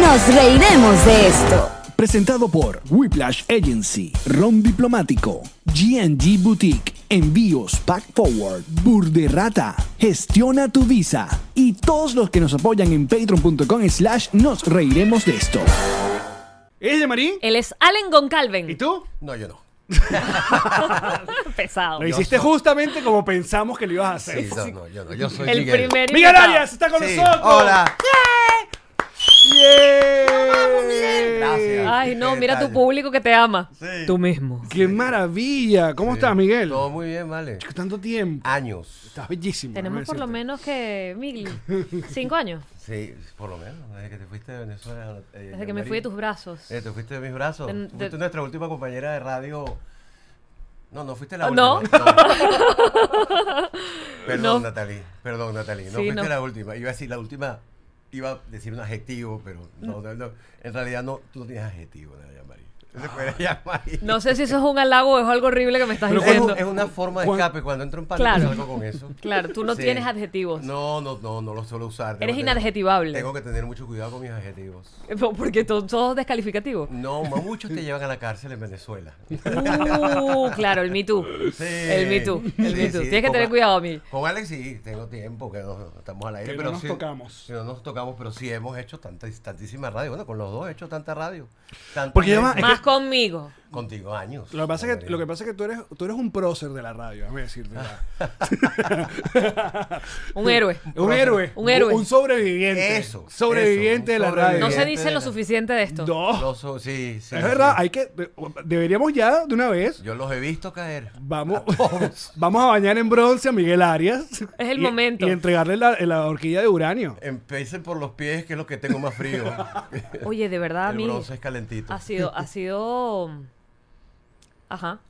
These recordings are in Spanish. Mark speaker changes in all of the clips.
Speaker 1: Nos reiremos de esto.
Speaker 2: Presentado por Whiplash Agency, Ron Diplomático, GNG Boutique, Envíos Pack Forward, Burderrata, Gestiona tu Visa y todos los que nos apoyan en patreon.com slash nos reiremos de esto.
Speaker 3: ¿Es Marín?
Speaker 4: Él es Allen Goncalven.
Speaker 3: ¿Y tú?
Speaker 5: No, yo no.
Speaker 4: Pesado.
Speaker 3: Lo hiciste justamente como pensamos que lo ibas a hacer.
Speaker 5: Sí, no, no, yo no. Yo soy
Speaker 4: El
Speaker 5: Miguel.
Speaker 4: primer
Speaker 3: Miguel
Speaker 4: invitado.
Speaker 3: Arias está con
Speaker 5: Sí,
Speaker 3: nosotros.
Speaker 5: Hola.
Speaker 3: ¡Bien!
Speaker 5: Gracias.
Speaker 4: Ay, no,
Speaker 5: Qué
Speaker 4: mira tu
Speaker 5: detalle.
Speaker 4: público que te ama.
Speaker 5: Sí.
Speaker 4: Tú mismo.
Speaker 3: ¡Qué maravilla! ¿Cómo estás, Miguel?
Speaker 5: Todo muy bien, vale.
Speaker 3: Tanto tiempo.
Speaker 5: Años.
Speaker 3: Estás bellísimo.
Speaker 4: Tenemos
Speaker 3: déjame
Speaker 4: por lo
Speaker 3: decirte.
Speaker 4: menos que mil, cinco años
Speaker 5: Sí, por lo menos. Desde que te fuiste de Venezuela. eh,
Speaker 4: desde
Speaker 5: Jean
Speaker 4: que me
Speaker 5: Marie.
Speaker 4: fui de tus brazos.
Speaker 5: Eh, te fuiste de mis brazos.
Speaker 4: En-
Speaker 5: Fuiste
Speaker 4: de-
Speaker 5: nuestra última compañera de radio. No, no fuiste la
Speaker 4: Ah,
Speaker 5: última.
Speaker 4: ¿no?
Speaker 5: no. Perdón,
Speaker 4: No.
Speaker 5: Natalie. Perdón, Natalie. No
Speaker 4: Sí,
Speaker 5: fuiste
Speaker 4: no.
Speaker 5: la última. Iba a decir la última. Iba a decir un adjetivo, pero no, no, no. en realidad no, tú no tienes adjetivo, Natalia María.
Speaker 4: Ah.
Speaker 5: Eso fue Jean Marie.
Speaker 4: No sé si eso es un halago o es algo horrible que me estás
Speaker 5: Pero es,
Speaker 4: diciendo.
Speaker 5: un- es una forma de
Speaker 3: Cuan-
Speaker 5: escape. Cuando entro en pánico
Speaker 4: Claro.
Speaker 5: salgo con eso.
Speaker 4: Claro, tú no tienes adjetivos.
Speaker 5: No, no, no, no los suelo usar. Tengo
Speaker 4: Eres
Speaker 5: que tener-
Speaker 4: inadjetivable.
Speaker 5: Tengo que tener mucho cuidado con mis adjetivos.
Speaker 4: Porque to- todos descalificativos.
Speaker 5: No, ma- muchos te llevan a la cárcel en Venezuela.
Speaker 4: Uh, claro, el Me Too.
Speaker 5: Sí.
Speaker 4: El Me Too. El
Speaker 5: Sí,
Speaker 4: Me Too.
Speaker 5: sí,
Speaker 4: Tienes que
Speaker 5: con
Speaker 4: tener
Speaker 5: a-
Speaker 4: cuidado, mí.
Speaker 5: Con Alex sí, tengo tiempo, que no, no estamos al aire.
Speaker 3: Que no
Speaker 5: pero
Speaker 3: nos
Speaker 5: sí-
Speaker 3: tocamos.
Speaker 5: que no nos tocamos, pero sí hemos hecho tanta, tantísima radio. Bueno, con los dos he hecho tanta radio. Tanta
Speaker 3: Porque ya
Speaker 5: gente.
Speaker 3: va- Es
Speaker 4: Más
Speaker 3: que-
Speaker 4: conmigo.
Speaker 5: Contigo años.
Speaker 3: Lo que pasa es que,
Speaker 5: María.
Speaker 3: lo que, pasa es que tú, eres, tú eres un prócer de la radio, déjame decirte.
Speaker 4: Un héroe.
Speaker 3: un héroe.
Speaker 4: Un héroe.
Speaker 3: Un sobreviviente.
Speaker 5: Eso,
Speaker 3: Sobreviviente
Speaker 5: eso,
Speaker 3: de
Speaker 5: un
Speaker 3: la radio.
Speaker 4: No se
Speaker 5: sobreviviente
Speaker 4: dice
Speaker 5: de
Speaker 4: lo
Speaker 5: la-
Speaker 4: suficiente de esto.
Speaker 3: No.
Speaker 5: Los so- sí, sí,
Speaker 3: es
Speaker 5: sí.
Speaker 3: verdad, hay que. de- Deberíamos ya, de una vez,
Speaker 5: Yo los he visto caer.
Speaker 3: vamos,
Speaker 5: A todos.
Speaker 3: vamos a bañar en bronce a Miguel Arias.
Speaker 4: Es el
Speaker 3: Y-
Speaker 4: momento.
Speaker 3: Y entregarle la, la horquilla de uranio.
Speaker 5: Empiecen por los pies, que es lo que tengo más frío.
Speaker 4: Oye, de verdad, a
Speaker 5: El
Speaker 4: mí
Speaker 5: bronce es calentito.
Speaker 4: ha sido, ha sido. Ajá.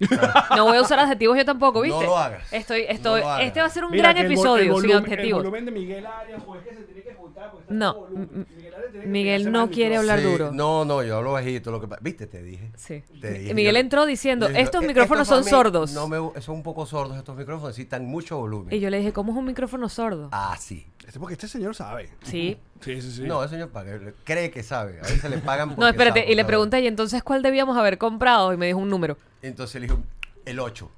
Speaker 4: No voy a usar adjetivos yo tampoco,
Speaker 5: Ah. No
Speaker 4: ¿viste?
Speaker 5: lo hagas.
Speaker 4: Estoy,
Speaker 5: No
Speaker 4: estoy,
Speaker 5: lo hagas.
Speaker 4: este va a ser un
Speaker 3: Mira,
Speaker 4: gran
Speaker 3: que el vol- el
Speaker 4: episodio sin
Speaker 3: volumen- El
Speaker 4: adjetivos.
Speaker 3: volumen de Miguel Arias, o es que se tiene que juntar porque está
Speaker 4: No,
Speaker 3: todo volumen.
Speaker 4: mm,
Speaker 3: Miguel, Arias tiene que
Speaker 4: Miguel
Speaker 3: pegarse
Speaker 4: no
Speaker 3: más al
Speaker 4: quiere
Speaker 3: micrófono.
Speaker 4: hablar duro.
Speaker 5: No, no, yo hablo bajito. Lo que pa- Viste, te dije.
Speaker 4: Sí.
Speaker 5: Te dije,
Speaker 4: Miguel
Speaker 5: yo-
Speaker 4: entró diciendo,
Speaker 5: yo-
Speaker 4: estos
Speaker 5: eh,
Speaker 4: micrófonos
Speaker 5: estos
Speaker 4: son
Speaker 5: pa' mí
Speaker 4: sordos.
Speaker 5: No me, gu- son un poco sordos estos micrófonos, necesitan mucho volumen.
Speaker 4: Y yo le dije, ¿cómo es un micrófono sordo?
Speaker 5: Ah, sí.
Speaker 3: Este- porque este señor sabe.
Speaker 4: Sí.
Speaker 3: Sí, sí, sí.
Speaker 5: No, el señor paga, le- cree que sabe. A veces le pagan
Speaker 4: No,
Speaker 5: porque
Speaker 4: espérate.
Speaker 5: sabe,
Speaker 4: Y le
Speaker 5: sabe.
Speaker 4: pregunté, ¿y entonces cuál debíamos haber comprado? Y me dijo un número.
Speaker 5: Entonces le dijo, el 8,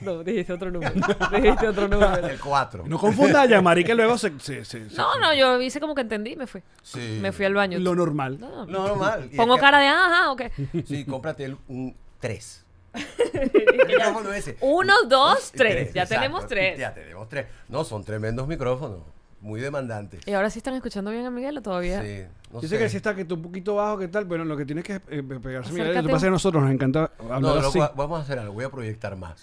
Speaker 4: No, dijiste otro número. dijiste otro número.
Speaker 5: el 4.
Speaker 3: No confunda a Yamari que luego se. se- se- se-
Speaker 4: No, no, yo hice como que entendí y me fui.
Speaker 5: Sí.
Speaker 4: Me fui al baño.
Speaker 3: Lo normal.
Speaker 4: No, no.
Speaker 5: No, normal. Y
Speaker 4: Pongo
Speaker 5: es que-
Speaker 4: cara de ajá, ok.
Speaker 5: Sí, cómprate el, un 3. micrófono ese.
Speaker 4: Uno, dos,
Speaker 5: Y
Speaker 4: tres. Ya tenemos tres.
Speaker 5: Ya tenemos tres. No, son tremendos micrófonos. Muy demandantes.
Speaker 4: ¿Y ahora sí están escuchando bien a Miguel o todavía?
Speaker 5: Sí, no
Speaker 3: Yo
Speaker 5: sé.
Speaker 3: sé que si está que está un poquito bajo, que tal, pero lo que tienes que es, eh, pegarse. Mira, lo
Speaker 4: Acércate
Speaker 3: que pasa es que a
Speaker 4: un-
Speaker 3: nosotros nos encanta hablar
Speaker 5: No, no,
Speaker 3: así.
Speaker 5: va- vamos a hacer algo. Voy a proyectar más.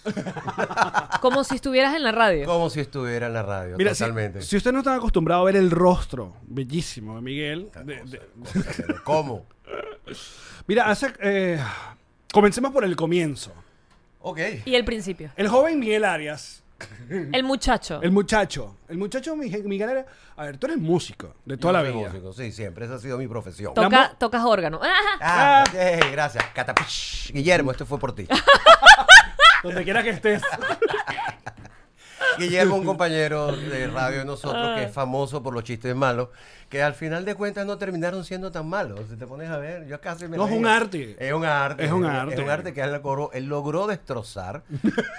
Speaker 4: Como si estuvieras en la radio.
Speaker 5: Como si estuviera en la radio.
Speaker 3: Mira, si,
Speaker 5: totalmente.
Speaker 3: si usted no está acostumbrado a ver el rostro bellísimo de Miguel, de- de-
Speaker 5: Pero ¿Cómo?
Speaker 3: mira, hace, eh, comencemos por el comienzo.
Speaker 5: Ok.
Speaker 4: Y el principio.
Speaker 3: El joven Miguel Arias,
Speaker 4: El muchacho.
Speaker 3: el muchacho, el muchacho Mige- Miguel Arias, a ver, tú eres músico de toda la
Speaker 5: Yo
Speaker 3: vida.
Speaker 5: soy músico, sí, siempre. Esa ha sido mi profesión.
Speaker 3: To-
Speaker 4: Toca,
Speaker 3: mu-
Speaker 4: tocas órgano. Ajá.
Speaker 3: Ah.
Speaker 5: Ah, ok, gracias. Catapish. Guillermo, esto fue por ti.
Speaker 3: Donde quiera que estés.
Speaker 5: Guillermo, un compañero de radio de nosotros
Speaker 3: Ah.
Speaker 5: que es famoso por los chistes malos, que al final de cuentas no terminaron siendo tan malos. Si te pones a ver, yo casi me.
Speaker 3: No, es
Speaker 5: reí.
Speaker 3: un arte.
Speaker 5: Es un arte.
Speaker 3: Es un arte.
Speaker 5: Es un arte que él logró, él logró destrozar.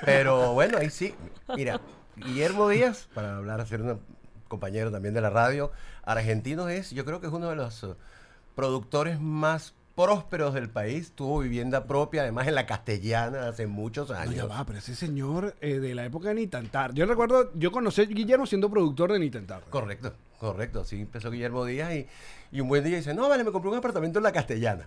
Speaker 5: pero bueno, ahí sí. Mira, Guillermo Díaz, para hablar, ser un compañero también de la radio, argentino es, yo creo que es uno de los eh, productores más prósperos del país, tuvo vivienda propia, además en la castellana hace muchos
Speaker 3: No,
Speaker 5: años.
Speaker 3: ya va, pero ese señor eh, de la época de Ni Tan Tarde. Yo recuerdo, yo conocí a Guillermo siendo productor de Ni Tan Tarde.
Speaker 5: Correcto, correcto. Así empezó Guillermo Díaz y, y un buen día dice, no, vale, me compré un apartamento en la castellana.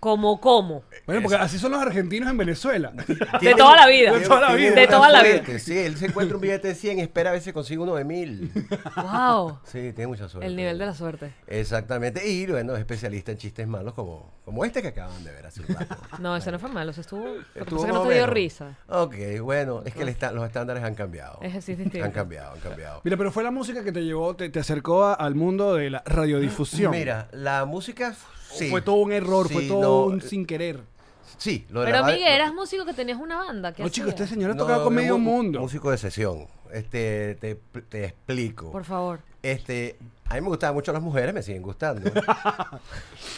Speaker 4: Como, como.
Speaker 3: Bueno, porque así son los argentinos en Veneela.
Speaker 4: De toda la vida.
Speaker 3: De toda la vida.
Speaker 4: De toda la vida.
Speaker 5: Suerte, Sí, él se encuentra un billete de 100 espera a ver si consigue uno de 1000.
Speaker 4: Wow.
Speaker 5: Sí, tiene mucha suerte.
Speaker 4: El nivel de la suerte.
Speaker 5: Exactamente. Y bueno, es especialista en chistes malos como, como este que acaban de ver hace un rato.
Speaker 4: No, eso no fue malo. Eso estuvo. Lo que
Speaker 5: Estuvo
Speaker 4: pasa es que no
Speaker 5: más o
Speaker 4: te dio
Speaker 5: menos.
Speaker 4: risa.
Speaker 5: Ok, bueno, es que el esta- los estándares han cambiado.
Speaker 4: Es así, es distinto.
Speaker 5: Han cambiado, han cambiado.
Speaker 3: Mira, pero fue la música que te llevó, te, te acercó a- al mundo de la radiodifusión.
Speaker 5: Mira, la música...
Speaker 3: ¿O
Speaker 5: Sí.
Speaker 3: Fue todo un error,
Speaker 5: Sí,
Speaker 3: fue todo
Speaker 5: no, eh,
Speaker 3: un sin querer.
Speaker 5: Sí, lo de la
Speaker 4: Pero
Speaker 5: radio-
Speaker 4: Miguel, eras músico que tenías una banda. ¿qué
Speaker 3: No, chico,
Speaker 4: hacías?
Speaker 3: este señor ha
Speaker 5: No,
Speaker 3: tocado con
Speaker 5: era
Speaker 3: medio
Speaker 5: mu-
Speaker 3: mundo.
Speaker 5: Músico de sesión. Este, te, te explico.
Speaker 4: Por favor.
Speaker 5: Este, a mí me gustaban mucho las mujeres, me siguen gustando.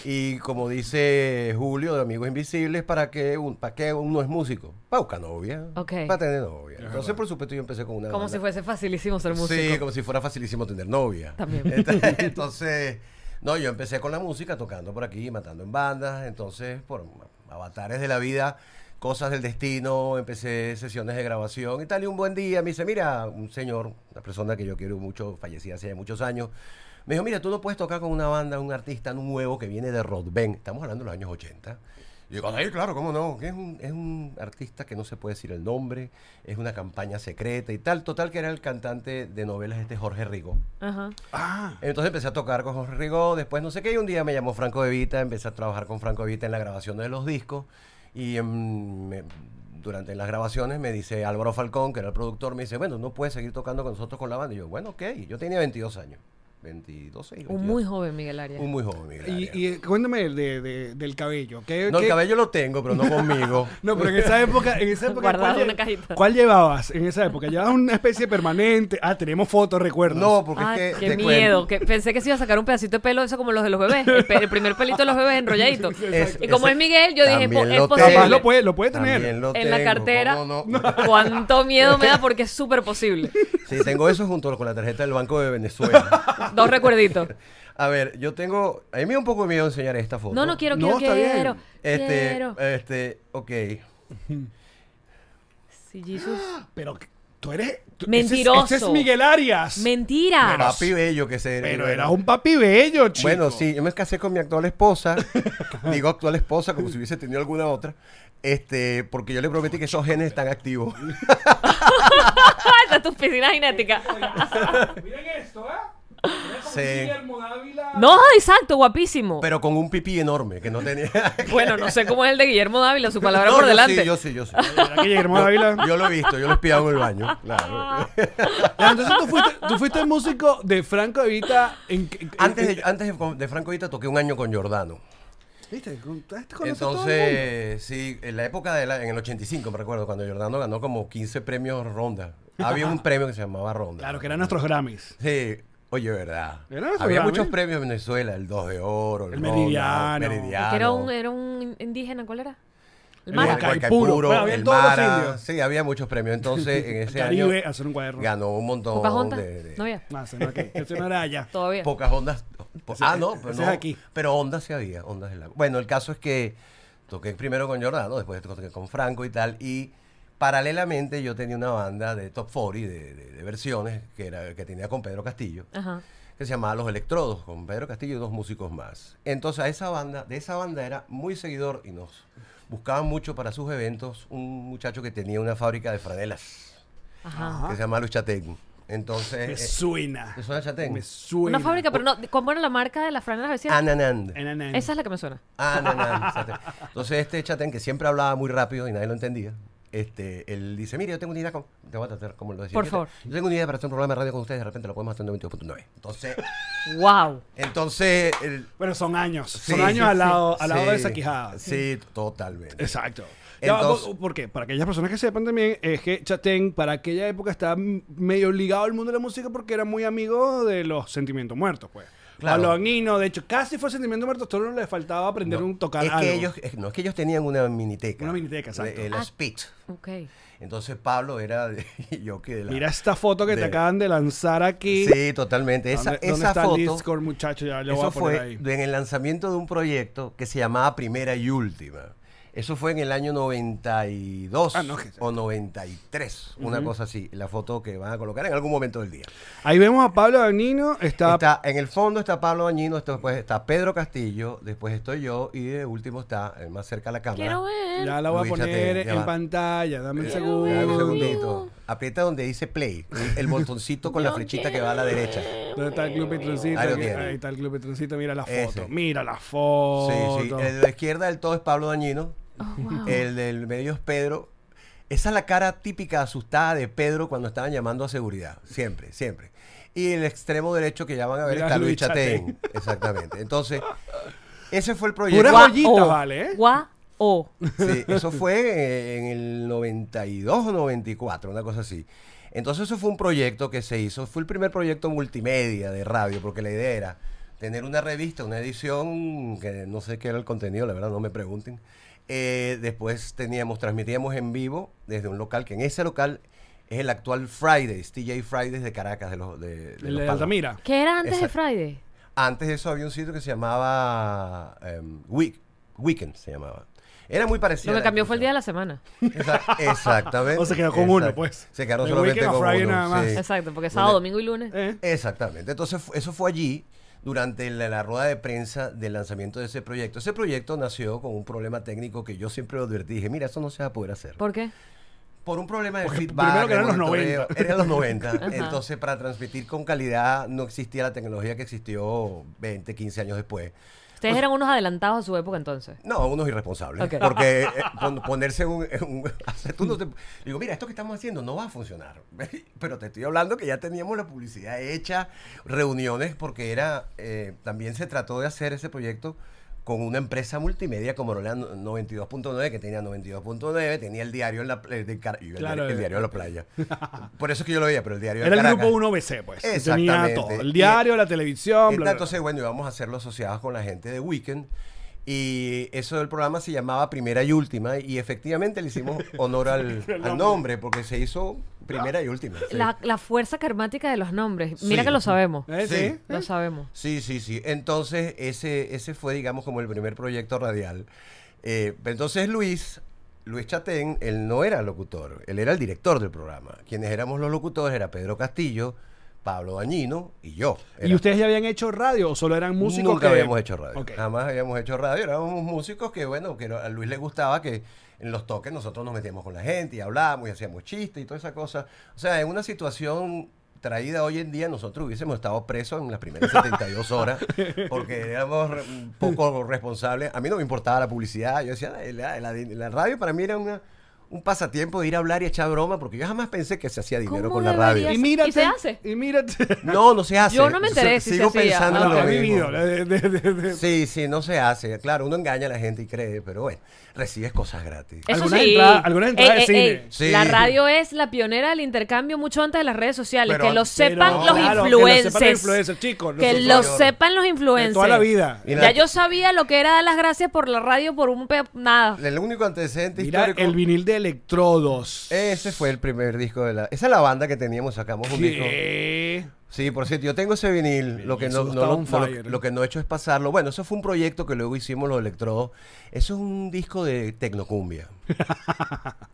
Speaker 5: y como dice Julio de Amigos Invisibles, ¿para qué, un, para qué uno es músico? Para buscar novia.
Speaker 4: Ok.
Speaker 5: Para tener novia. Entonces, por supuesto, yo empecé con una.
Speaker 4: Como si
Speaker 5: banda.
Speaker 4: fuese facilísimo ser músico.
Speaker 5: Sí, como Eh, si fuera facilísimo tener novia.
Speaker 4: También.
Speaker 5: Ent- Entonces, no, yo empecé con la música tocando por aquí, matando en bandas. Entonces, por avatares de la vida, cosas del destino, empecé sesiones de grabación y tal. Y un buen día me dice, mira, un señor, una persona que yo quiero mucho, fallecida hace muchos años, me dijo, mira, tú no puedes tocar con una banda, un artista nuevo que viene de Rodben. Estamos hablando de los años 80. Y digo, ay, claro, cómo no. que Es un, es un artista que no se puede decir el nombre, es una campaña secreta y tal. Total, que era el cantante de novelas este Jorge Rigo.
Speaker 4: Ajá.
Speaker 3: Ah,
Speaker 5: Entonces empecé a tocar con Jorge Rigo, después no sé qué, y un día me llamó Franco De Vita, empecé a trabajar con Franco De Vita en la grabación de los discos, y em, me- durante las grabaciones me dice Álvaro Falcón, que era el productor, me dice, bueno, no puedes seguir tocando con nosotros con la banda. Y yo, bueno, ok, yo tenía 22 años, 22 años.
Speaker 4: Un muy joven Miguel Arias.
Speaker 5: Un muy joven, Miguel
Speaker 3: y,
Speaker 5: Arias.
Speaker 3: y eh, cuéntame de- de- del cabello. ¿Qué,
Speaker 5: No, el
Speaker 3: qué-
Speaker 5: cabello lo tengo, pero no conmigo.
Speaker 3: No, pero en esa época, en esa época
Speaker 4: Guardado
Speaker 3: ¿cuál,
Speaker 4: en una
Speaker 3: lle-
Speaker 4: cajita.
Speaker 3: cuál llevabas en esa época? ¿Llevabas una especie de permanente? Ah, tenemos fotos, recuerdo.
Speaker 5: No, porque
Speaker 4: Ah,
Speaker 5: es que.
Speaker 4: qué
Speaker 5: te
Speaker 4: miedo.
Speaker 5: cuento.
Speaker 4: Que pensé que se iba a sacar un pedacito de pelo, eso como los de los bebés. El, pe- el primer pelito de los bebés enrolladito.
Speaker 5: Es-
Speaker 4: y como
Speaker 5: ese-
Speaker 4: es Miguel, yo dije, po-
Speaker 5: también
Speaker 4: es
Speaker 5: lo
Speaker 3: Capaz
Speaker 5: tengo.
Speaker 4: posible.
Speaker 3: lo puede, lo puede tener.
Speaker 5: pues, También lo
Speaker 4: en la
Speaker 5: tengo,
Speaker 4: cartera.
Speaker 5: ¿cómo no?
Speaker 4: Cuánto miedo me da porque es súper posible.
Speaker 5: Sí, tengo eso junto con la tarjeta del Banco de Venezuela.
Speaker 4: Dos recuerditos.
Speaker 5: A ver, yo tengo. A mí me da un poco de miedo enseñar esta foto.
Speaker 4: No, no quiero,
Speaker 3: No,
Speaker 4: quiero,
Speaker 3: está bien.
Speaker 4: quiero.
Speaker 5: Este,
Speaker 4: Quiero.
Speaker 5: este, ok.
Speaker 4: Sí, Jesús.
Speaker 3: Pero tú eres. tú-
Speaker 4: Mentiroso.
Speaker 3: Ese es, ese es Miguel Arias.
Speaker 4: Mentira.
Speaker 5: Papi bello que se.
Speaker 3: pero eras un papi bello, chico.
Speaker 5: Bueno, sí, yo me casé con mi actual esposa. digo actual esposa como si hubiese tenido alguna otra. Este, porque yo le prometí que esos genes están activos.
Speaker 4: Estas tus piscinas genéticas.
Speaker 3: Miren esto, ¿eh?
Speaker 5: Sí. Guillermo
Speaker 4: No, exacto, guapísimo.
Speaker 5: Pero con un pipí enorme que no tenía.
Speaker 4: Bueno, no sé cómo es el de Guillermo Dávila, su palabra
Speaker 5: No,
Speaker 4: por
Speaker 5: yo
Speaker 4: delante.
Speaker 5: Sí, yo sí, yo sí.
Speaker 3: Aquí Guillermo Dávila.
Speaker 5: Yo lo he visto, yo lo he espiado en el baño. Claro.
Speaker 3: Ah, Entonces tú fuiste, tú fuiste músico de Franco Evita. En, en-
Speaker 5: Antes
Speaker 3: en-
Speaker 5: de, antes de- de Franco Vita toqué un año con Giordano.
Speaker 3: ¿Viste? Con- este conoce todo el mundo.
Speaker 5: Entonces, sí, en la época de la- en el 85, me recuerdo, cuando Giordano ganó como 15 premios Ronda. Había un premio que se llamaba Ronda.
Speaker 3: Claro, que eran nuestros Grammys.
Speaker 5: Sí, oye, verdad.
Speaker 3: Era nuestro
Speaker 5: Había
Speaker 3: Grammy.
Speaker 5: muchos premios en Venezuela, el 2 de Oro, el,
Speaker 3: El
Speaker 5: Ronda,
Speaker 3: Meridiano.
Speaker 5: el
Speaker 4: Es
Speaker 5: Meridiano.
Speaker 4: que era un, eh, era un indígena, ¿cuál era? El
Speaker 5: Ah, el
Speaker 3: Mara.
Speaker 4: Mara.
Speaker 3: Guaca-
Speaker 5: Guacaipuro,
Speaker 3: Guacaipuro. Bueno, había
Speaker 5: el
Speaker 3: todos los
Speaker 5: Mara.
Speaker 3: indios.
Speaker 5: Sí, había muchos premios. Entonces, en ese año
Speaker 3: Caribe, hacer un cuaderno.
Speaker 5: ganó un montón
Speaker 4: Pocahontas.
Speaker 5: de, de-
Speaker 4: No había.
Speaker 3: No, ese no, ok. Ese no era allá.
Speaker 4: Todavía.
Speaker 5: Pocas ondas. po- ah, no, pero
Speaker 3: ese
Speaker 5: no,
Speaker 3: es aquí.
Speaker 5: Pero ondas sí había, ondas del lago. Bueno, el caso es que toqué primero con Jordano, después toqué con Franco y tal, y paralelamente yo tenía una banda de top 40 de, de- de versiones que, era, que tenía con Pedro Castillo,
Speaker 4: Ajá.
Speaker 5: que se llamaba Los Electrodos, con Pedro Castillo y dos músicos más. Entonces, a esa banda, de esa banda era muy seguidor y nos buscaban mucho para sus eventos un muchacho que tenía una fábrica de franelas,
Speaker 4: Ajá.
Speaker 5: que se llama Luis Chatén. Entonces,
Speaker 3: Me
Speaker 5: eh,
Speaker 3: suena.
Speaker 5: ¿te suena Chatén?
Speaker 3: Me suena.
Speaker 4: Una fábrica, pero no. ¿Cómo era la marca de las franelas
Speaker 5: Ah,
Speaker 4: vecinas?
Speaker 5: eh, Ananand.
Speaker 3: Ananán.
Speaker 4: Esa es la que me suena.
Speaker 5: Ah, no, no, exacto. Entonces este Chatén, que siempre hablaba muy rápido y nadie lo entendía, este, él dice, mire, yo tengo una idea, con... te voy a tratar como lo decía.
Speaker 4: Por
Speaker 5: Yo te-
Speaker 4: favor.
Speaker 5: Yo tengo una idea para hacer un programa de radio con ustedes, de repente lo podemos hacer en 92.9. Entonces,
Speaker 4: ¡Wow!
Speaker 5: entonces... el-
Speaker 3: Bueno, son años. son
Speaker 5: sí,
Speaker 3: años
Speaker 5: sí,
Speaker 3: al lado,
Speaker 5: sí,
Speaker 3: al lado de
Speaker 5: sí,
Speaker 3: esa quijada.
Speaker 5: Sí, totalmente.
Speaker 3: Exacto. Ya,
Speaker 5: Entonces-
Speaker 3: ¿por- ¿Por qué? Para aquellas personas que sepan también, es que Chatén para aquella época estaba m- medio ligado al mundo de la música porque era muy amigo de los sentimientos muertos, pues.
Speaker 5: Claro.
Speaker 3: Pablo Anguino, de hecho, casi fue sentimiento muerto, solo le faltaba aprender
Speaker 5: No,
Speaker 3: un tocar
Speaker 5: es
Speaker 3: algo.
Speaker 5: que ellos, es- no, es que ellos tenían una miniteca.
Speaker 3: Una miniteca, exacto.
Speaker 5: El
Speaker 4: Ah.
Speaker 5: Spit.
Speaker 4: Ok.
Speaker 5: Entonces Pablo era de- yo que de la...
Speaker 3: Mira esta foto que te
Speaker 5: de-
Speaker 3: acaban de lanzar aquí.
Speaker 5: Sí, totalmente. Esa,
Speaker 3: ¿Dónde, dónde
Speaker 5: esa
Speaker 3: está
Speaker 5: foto...
Speaker 3: el Discord, muchacho? Ya lo voy a
Speaker 5: Eso
Speaker 3: poner
Speaker 5: fue
Speaker 3: ahí.
Speaker 5: en el lanzamiento de un proyecto que se llamaba Primera y Última. Eso fue en el año 92
Speaker 3: Ah, no, que-
Speaker 5: o 93, una cosa así, la foto que van a colocar en algún momento del día.
Speaker 3: Ahí vemos a Pablo Anguino, está,
Speaker 5: Está, en el fondo está Pablo Bañino, después está Pedro Castillo, después estoy yo y de último está, el más cerca a la cámara.
Speaker 4: Quiero ver.
Speaker 3: ya la voy a
Speaker 5: Luis
Speaker 3: poner
Speaker 5: Chatén, ya
Speaker 3: en
Speaker 5: va.
Speaker 3: pantalla, dame un
Speaker 5: Eh,
Speaker 3: segundo.
Speaker 5: dame un segundito.
Speaker 4: amigo.
Speaker 5: Aprieta donde dice play, el- el botoncito con la flechita que va a la derecha.
Speaker 3: ¿Dónde está el Club Petroncito?
Speaker 5: Ahí lo
Speaker 3: Aquí-
Speaker 5: tiene.
Speaker 3: Ahí está el Club Petroncito, mira la foto.
Speaker 5: Ese.
Speaker 3: Mira la
Speaker 5: Sí,
Speaker 3: foto.
Speaker 5: sí. El de la izquierda del todo es Pablo Dañino. El del medio es Pedro. Esa es la cara típica asustada de Pedro cuando estaban llamando a seguridad. Siempre, siempre. Y el extremo derecho que ya van a ver
Speaker 3: Mira,
Speaker 5: está Luis
Speaker 3: Luis
Speaker 5: Chatén. Exactamente. Entonces, ese fue el proyecto.
Speaker 3: Pura
Speaker 4: Guau,
Speaker 3: joyita,
Speaker 4: oh,
Speaker 3: vale, ¿eh?
Speaker 4: guau, Oh. O.
Speaker 5: Sí, eso fue eh, en el 92 o 94, una cosa así. Entonces eso fue un proyecto que se hizo, fue el primer proyecto multimedia de radio, porque la idea era tener una revista, una edición, que no sé qué era el contenido, la verdad no me pregunten. Eh, después teníamos, transmitíamos en vivo desde un local, que en ese local es el actual Fridays, TJ Fridays de Caracas, de los... De, de
Speaker 3: El
Speaker 5: los
Speaker 3: de
Speaker 5: Palmas.
Speaker 3: Altamira.
Speaker 4: ¿Qué era antes de
Speaker 5: Exacto.
Speaker 4: Friday?
Speaker 5: Antes de eso había un sitio que se llamaba em, Week, Weekend, se llamaba. Era muy parecido.
Speaker 4: Lo
Speaker 5: a
Speaker 4: que
Speaker 5: la
Speaker 4: cambió fue el día de
Speaker 5: televisión.
Speaker 4: la semana.
Speaker 5: Esa- exactamente.
Speaker 3: O se quedó con uno,
Speaker 5: Exacto.
Speaker 3: pues.
Speaker 5: Se quedó
Speaker 3: De
Speaker 5: solamente
Speaker 3: Weekend a
Speaker 5: con
Speaker 3: Friday
Speaker 5: uno.
Speaker 3: nada más.
Speaker 5: sí.
Speaker 4: Exacto, porque sábado,
Speaker 5: Una-
Speaker 4: domingo y lunes.
Speaker 3: Eh.
Speaker 5: Exactamente. Entonces, fu- eso fue allí durante la, la rueda de prensa del lanzamiento de ese proyecto. Ese proyecto nació con un problema técnico que yo siempre lo advertí. Dije, mira, eso no se va a poder hacer.
Speaker 4: ¿Por
Speaker 5: Por,
Speaker 4: qué?
Speaker 5: un problema de
Speaker 3: Porque
Speaker 5: feedback.
Speaker 3: primero que
Speaker 5: de
Speaker 3: eran los
Speaker 5: monitoreo.
Speaker 3: 90.
Speaker 5: Eran los 90.
Speaker 4: Ajá.
Speaker 5: Entonces, para transmitir con calidad, no existía la tecnología que existió 20, 15 años después.
Speaker 3: Pues
Speaker 4: Ustedes eran unos adelantados a su época entonces.
Speaker 5: No, unos irresponsables.
Speaker 4: Ok.
Speaker 5: Porque eh, pon- ponerse un... un- hacer- tú no te- digo, mira, esto que estamos haciendo no va a funcionar. Pero te estoy hablando que ya teníamos la publicidad hecha, reuniones, porque era... eh, también se trató de hacer ese proyecto con una empresa multimedia como era 92.9, que tenía 92.9, tenía el diario en la... pla- de Car- y el,
Speaker 3: Claro,
Speaker 5: diario, el
Speaker 3: eh.
Speaker 5: diario en la playa. Por eso es que yo lo veía, pero el diario de
Speaker 3: Era el
Speaker 5: Caracas.
Speaker 3: grupo 1BC, pues. que Tenía
Speaker 5: Exactamente.
Speaker 3: todo. El diario, la televisión, bla, bla, bla.
Speaker 5: Entonces, bueno, íbamos a hacerlo asociados con la gente de Weekend. Y eso del programa se llamaba Primera y Última. Y efectivamente le hicimos honor al, al nombre, porque se hizo Primera y Última. sí.
Speaker 4: La, la fuerza karmática de los nombres. Mira
Speaker 5: Sí.
Speaker 4: que lo sabemos.
Speaker 3: Eh, sí.
Speaker 5: Sí.
Speaker 4: Lo sabemos.
Speaker 5: Sí, sí, sí. Entonces, ese, ese fue, digamos, como el primer proyecto radial. Eh, pero entonces, Luis, Luis Chatén, él no era locutor, él era el director del programa. Quienes éramos los locutores era Pedro Castillo, Pablo Dañino y yo.
Speaker 3: ¿Y
Speaker 5: Era-
Speaker 3: ustedes ya habían hecho radio o solo eran músicos?
Speaker 5: Nunca
Speaker 3: que-
Speaker 5: habíamos hecho radio.
Speaker 3: Ok.
Speaker 5: Jamás habíamos hecho radio. Éramos músicos que, bueno, que no- a Luis le gustaba que en los toques nosotros nos metíamos con la gente y hablábamos y hacíamos chistes y toda esa cosa. O sea, en una situación traída hoy en día, nosotros hubiésemos estado presos en las primeras 72 horas porque éramos re- un poco responsables. A mí no me importaba la publicidad. Yo decía, "Ah, la, la- la radio para mí era una- un pasatiempo de ir a hablar y echar broma porque yo jamás pensé que se hacía dinero
Speaker 4: ¿Cómo
Speaker 5: con la radio.
Speaker 4: deberías-
Speaker 3: Y mírate.
Speaker 4: ¿Y se hace?
Speaker 3: Y mírate.
Speaker 5: No, no se hace.
Speaker 4: Yo no me enteré si se
Speaker 5: Sigo
Speaker 4: hacía.
Speaker 5: pensando
Speaker 4: Ah,
Speaker 5: en
Speaker 3: No,
Speaker 5: lo
Speaker 3: he
Speaker 5: mismo.
Speaker 3: vivido. de- de- de- de-
Speaker 5: Sí, sí, no se hace. Claro, uno engaña a la gente y cree, pero bueno, recibes cosas gratis.
Speaker 4: Eso
Speaker 3: Algunas
Speaker 4: sí. Eh,
Speaker 3: entradas- algunas entradas de cine.
Speaker 5: Sí.
Speaker 4: La radio es la pionera del intercambio mucho antes de las redes sociales.
Speaker 5: Pero-
Speaker 4: que lo
Speaker 5: pero-
Speaker 4: sepan los
Speaker 3: claro, que lo sepan los
Speaker 4: influencers.
Speaker 3: influencers, chicos,
Speaker 4: Que
Speaker 3: nosotros-
Speaker 4: lo
Speaker 5: Señor.
Speaker 4: sepan los influencers.
Speaker 3: De toda la vida.
Speaker 5: Mira.
Speaker 4: Ya yo sabía lo que era dar las gracias por la radio por un pe... nada.
Speaker 5: El único antecedente
Speaker 3: Mira
Speaker 5: histórico. Eh,
Speaker 3: el vinil de Electrodos.
Speaker 5: Ese fue el primer disco de la. Esa es la banda que teníamos, sacamos un disco.
Speaker 3: ¿Qué?
Speaker 5: Sí, por cierto, yo tengo ese vinil. Lo que
Speaker 3: Eso
Speaker 5: no, no
Speaker 3: está
Speaker 5: lo-
Speaker 3: on
Speaker 5: no lo-
Speaker 3: fire.
Speaker 5: lo que no he hecho es pasarlo. Bueno, eso fue un proyecto que luego hicimos los electrodos. Eso es un disco de tecnocumbia.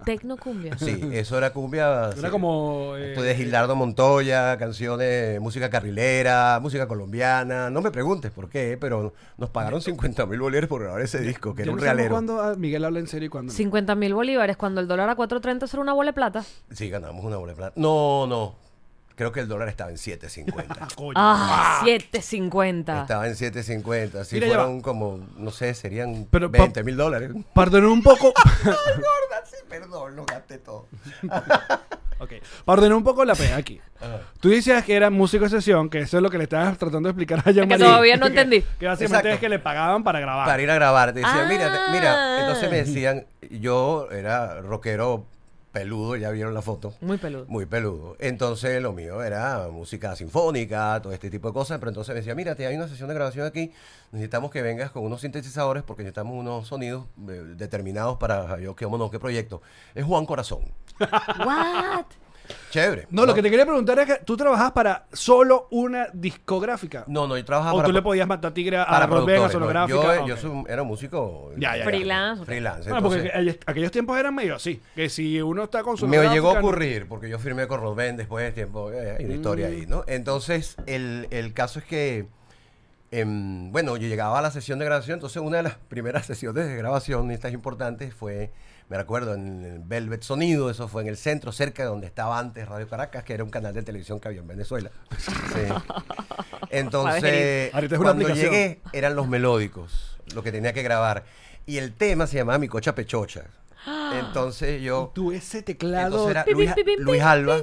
Speaker 4: Tecnocumbia.
Speaker 5: Sí, eso era cumbia.
Speaker 3: Era
Speaker 5: sí.
Speaker 3: como. eh,
Speaker 5: Esto de Gildardo Montoya, canciones, música carrilera, música colombiana. No me preguntes por qué, pero nos pagaron 50 mil bolívares por grabar ese disco, que
Speaker 3: yo
Speaker 5: era un
Speaker 3: no sé
Speaker 5: realero.
Speaker 3: cuándo ah, Miguel habla en serio y cuándo. no.
Speaker 4: 50 mil bolívares cuando el dólar a 4.30 eso era una bola de plata.
Speaker 5: Sí, ganamos una bola de plata. No, no. Creo que el dólar estaba en 7.50.
Speaker 3: Coño.
Speaker 4: Ah, 7.50.
Speaker 5: estaba en 7.50. Si
Speaker 3: Mira, ya
Speaker 5: fueron
Speaker 3: va.
Speaker 5: como, no sé, serían
Speaker 3: Pero, pa-
Speaker 5: 20 mil dólares.
Speaker 3: Perdoné un poco.
Speaker 5: Gorda, Ah, sí, perdón, lo gasté todo.
Speaker 3: ok. Perdoné un poco la pega aquí.
Speaker 5: Ah.
Speaker 3: Tú decías que era músico de sesión, que eso es lo que le estabas tratando de explicar a Jean-Marie.
Speaker 4: todavía no entendí.
Speaker 3: Que básicamente
Speaker 5: Exacto.
Speaker 3: es que le pagaban para grabar.
Speaker 5: Para ir a grabar. Te decían,
Speaker 4: Ah.
Speaker 5: mira, te- mira. Entonces me decían, yo era rockero peludo, ya vieron la foto.
Speaker 4: Muy peludo.
Speaker 5: Muy peludo. Entonces lo mío era música sinfónica, todo este tipo de cosas, pero entonces me decía, mira, te hay una sesión de grabación aquí, necesitamos que vengas con unos sintetizadores porque necesitamos unos sonidos eh, determinados para yo qué mono, qué proyecto. Es Juan Corazón.
Speaker 4: What?
Speaker 5: Chévere.
Speaker 3: No, lo que te quería preguntar es que tú trabajabas para solo una discográfica.
Speaker 5: No, no, yo trabajaba
Speaker 3: o
Speaker 5: para
Speaker 3: tú le podías matar tigre a,
Speaker 5: para
Speaker 3: a Rod Vega,
Speaker 5: productores, no,
Speaker 3: sonográfica.
Speaker 5: yo, eh,
Speaker 3: ok.
Speaker 5: yo soy un- era un músico
Speaker 3: Ya, ya, ya.
Speaker 4: Freelance, ok.
Speaker 5: freelance,
Speaker 3: Bueno, porque
Speaker 5: entonces-
Speaker 3: aqu- aquellos tiempos eran medio así. Que si uno está con su.
Speaker 5: Me llegó a
Speaker 3: gráfica, no-
Speaker 5: ocurrir, porque yo firmé con Rubén después de tiempo, eh, hay una historia
Speaker 3: Mm.
Speaker 5: ahí, ¿no? Entonces, el, el caso es que, em, bueno, yo llegaba a la sesión de grabación, entonces una de las primeras sesiones de grabación, estas importantes, fue, me recuerdo, en el Velvet Sonido, eso fue en el centro, cerca de donde estaba antes Radio Caracas, que era un canal de televisión que había en Venezuela. Sí. Entonces,
Speaker 3: Ahorita es una
Speaker 5: cuando
Speaker 3: aplicación.
Speaker 5: llegué, eran los melódicos, lo que tenía que grabar. Y el tema se llamaba Mi Cocha Pechocha. Entonces yo...
Speaker 3: Tú ese
Speaker 5: Entonces
Speaker 3: teclado.
Speaker 5: era
Speaker 4: Pi, pi,
Speaker 5: Luis,
Speaker 4: pi, pi,
Speaker 5: Luis
Speaker 4: pi,
Speaker 5: Alba,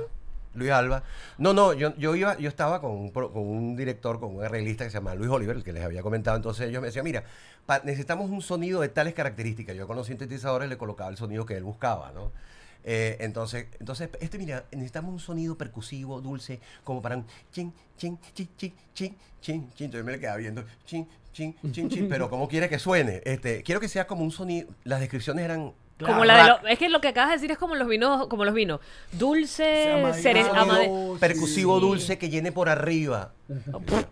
Speaker 5: Luis Alba. No, no, yo, yo iba, yo estaba con un, pro- con un director, con un arreglista que se llama Luis Oliver, el que les había comentado. Entonces ellos me decían, mira, pa- necesitamos un sonido de tales características. Yo con los sintetizadores le colocaba el sonido que él buscaba, ¿no? Eh, entonces, entonces, este, mira, necesitamos un sonido percusivo, dulce, como para un chin, chin, chin, chin, chin, chin, chin. Entonces me le quedaba viendo, chin, chin, chin, chin, pero como quiere que suene. Este, quiero que sea como un sonido. Las descripciones eran.
Speaker 4: Como la de
Speaker 5: rap-
Speaker 4: lo- es que lo que acabas de decir es como los vinos, como los vinos. Dulce,
Speaker 3: Amadeus.
Speaker 4: seren,
Speaker 5: Un
Speaker 3: Amade-
Speaker 5: sonido percusivo dulce que llene por arriba.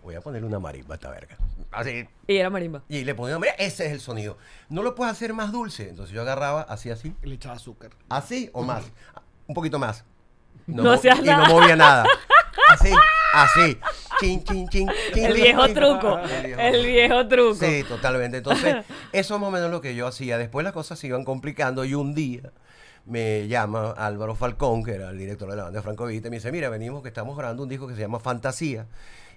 Speaker 5: Voy a ponerle una marimba a esta verga. Así.
Speaker 4: Y era marimba.
Speaker 5: Y le ponía, mira, ese es el sonido. No lo puedes hacer más dulce. Entonces yo agarraba así, así,
Speaker 3: Le echaba azúcar.
Speaker 5: así o más. Un poquito más.
Speaker 4: No
Speaker 5: mo-
Speaker 4: hacías
Speaker 5: y
Speaker 4: nada.
Speaker 5: no movía nada. Así, así. Chin, chin, chin, chin,
Speaker 4: El
Speaker 5: chin,
Speaker 4: viejo
Speaker 5: chin.
Speaker 4: truco. El viejo truco.
Speaker 5: Sí, totalmente. Entonces, eso es más o menos lo que yo hacía. Después las cosas se iban complicando y un día me llama Álvaro Falcón, que era el director de la banda de Franco Vita, y me dice, mira, venimos que estamos grabando un disco que se llama Fantasía.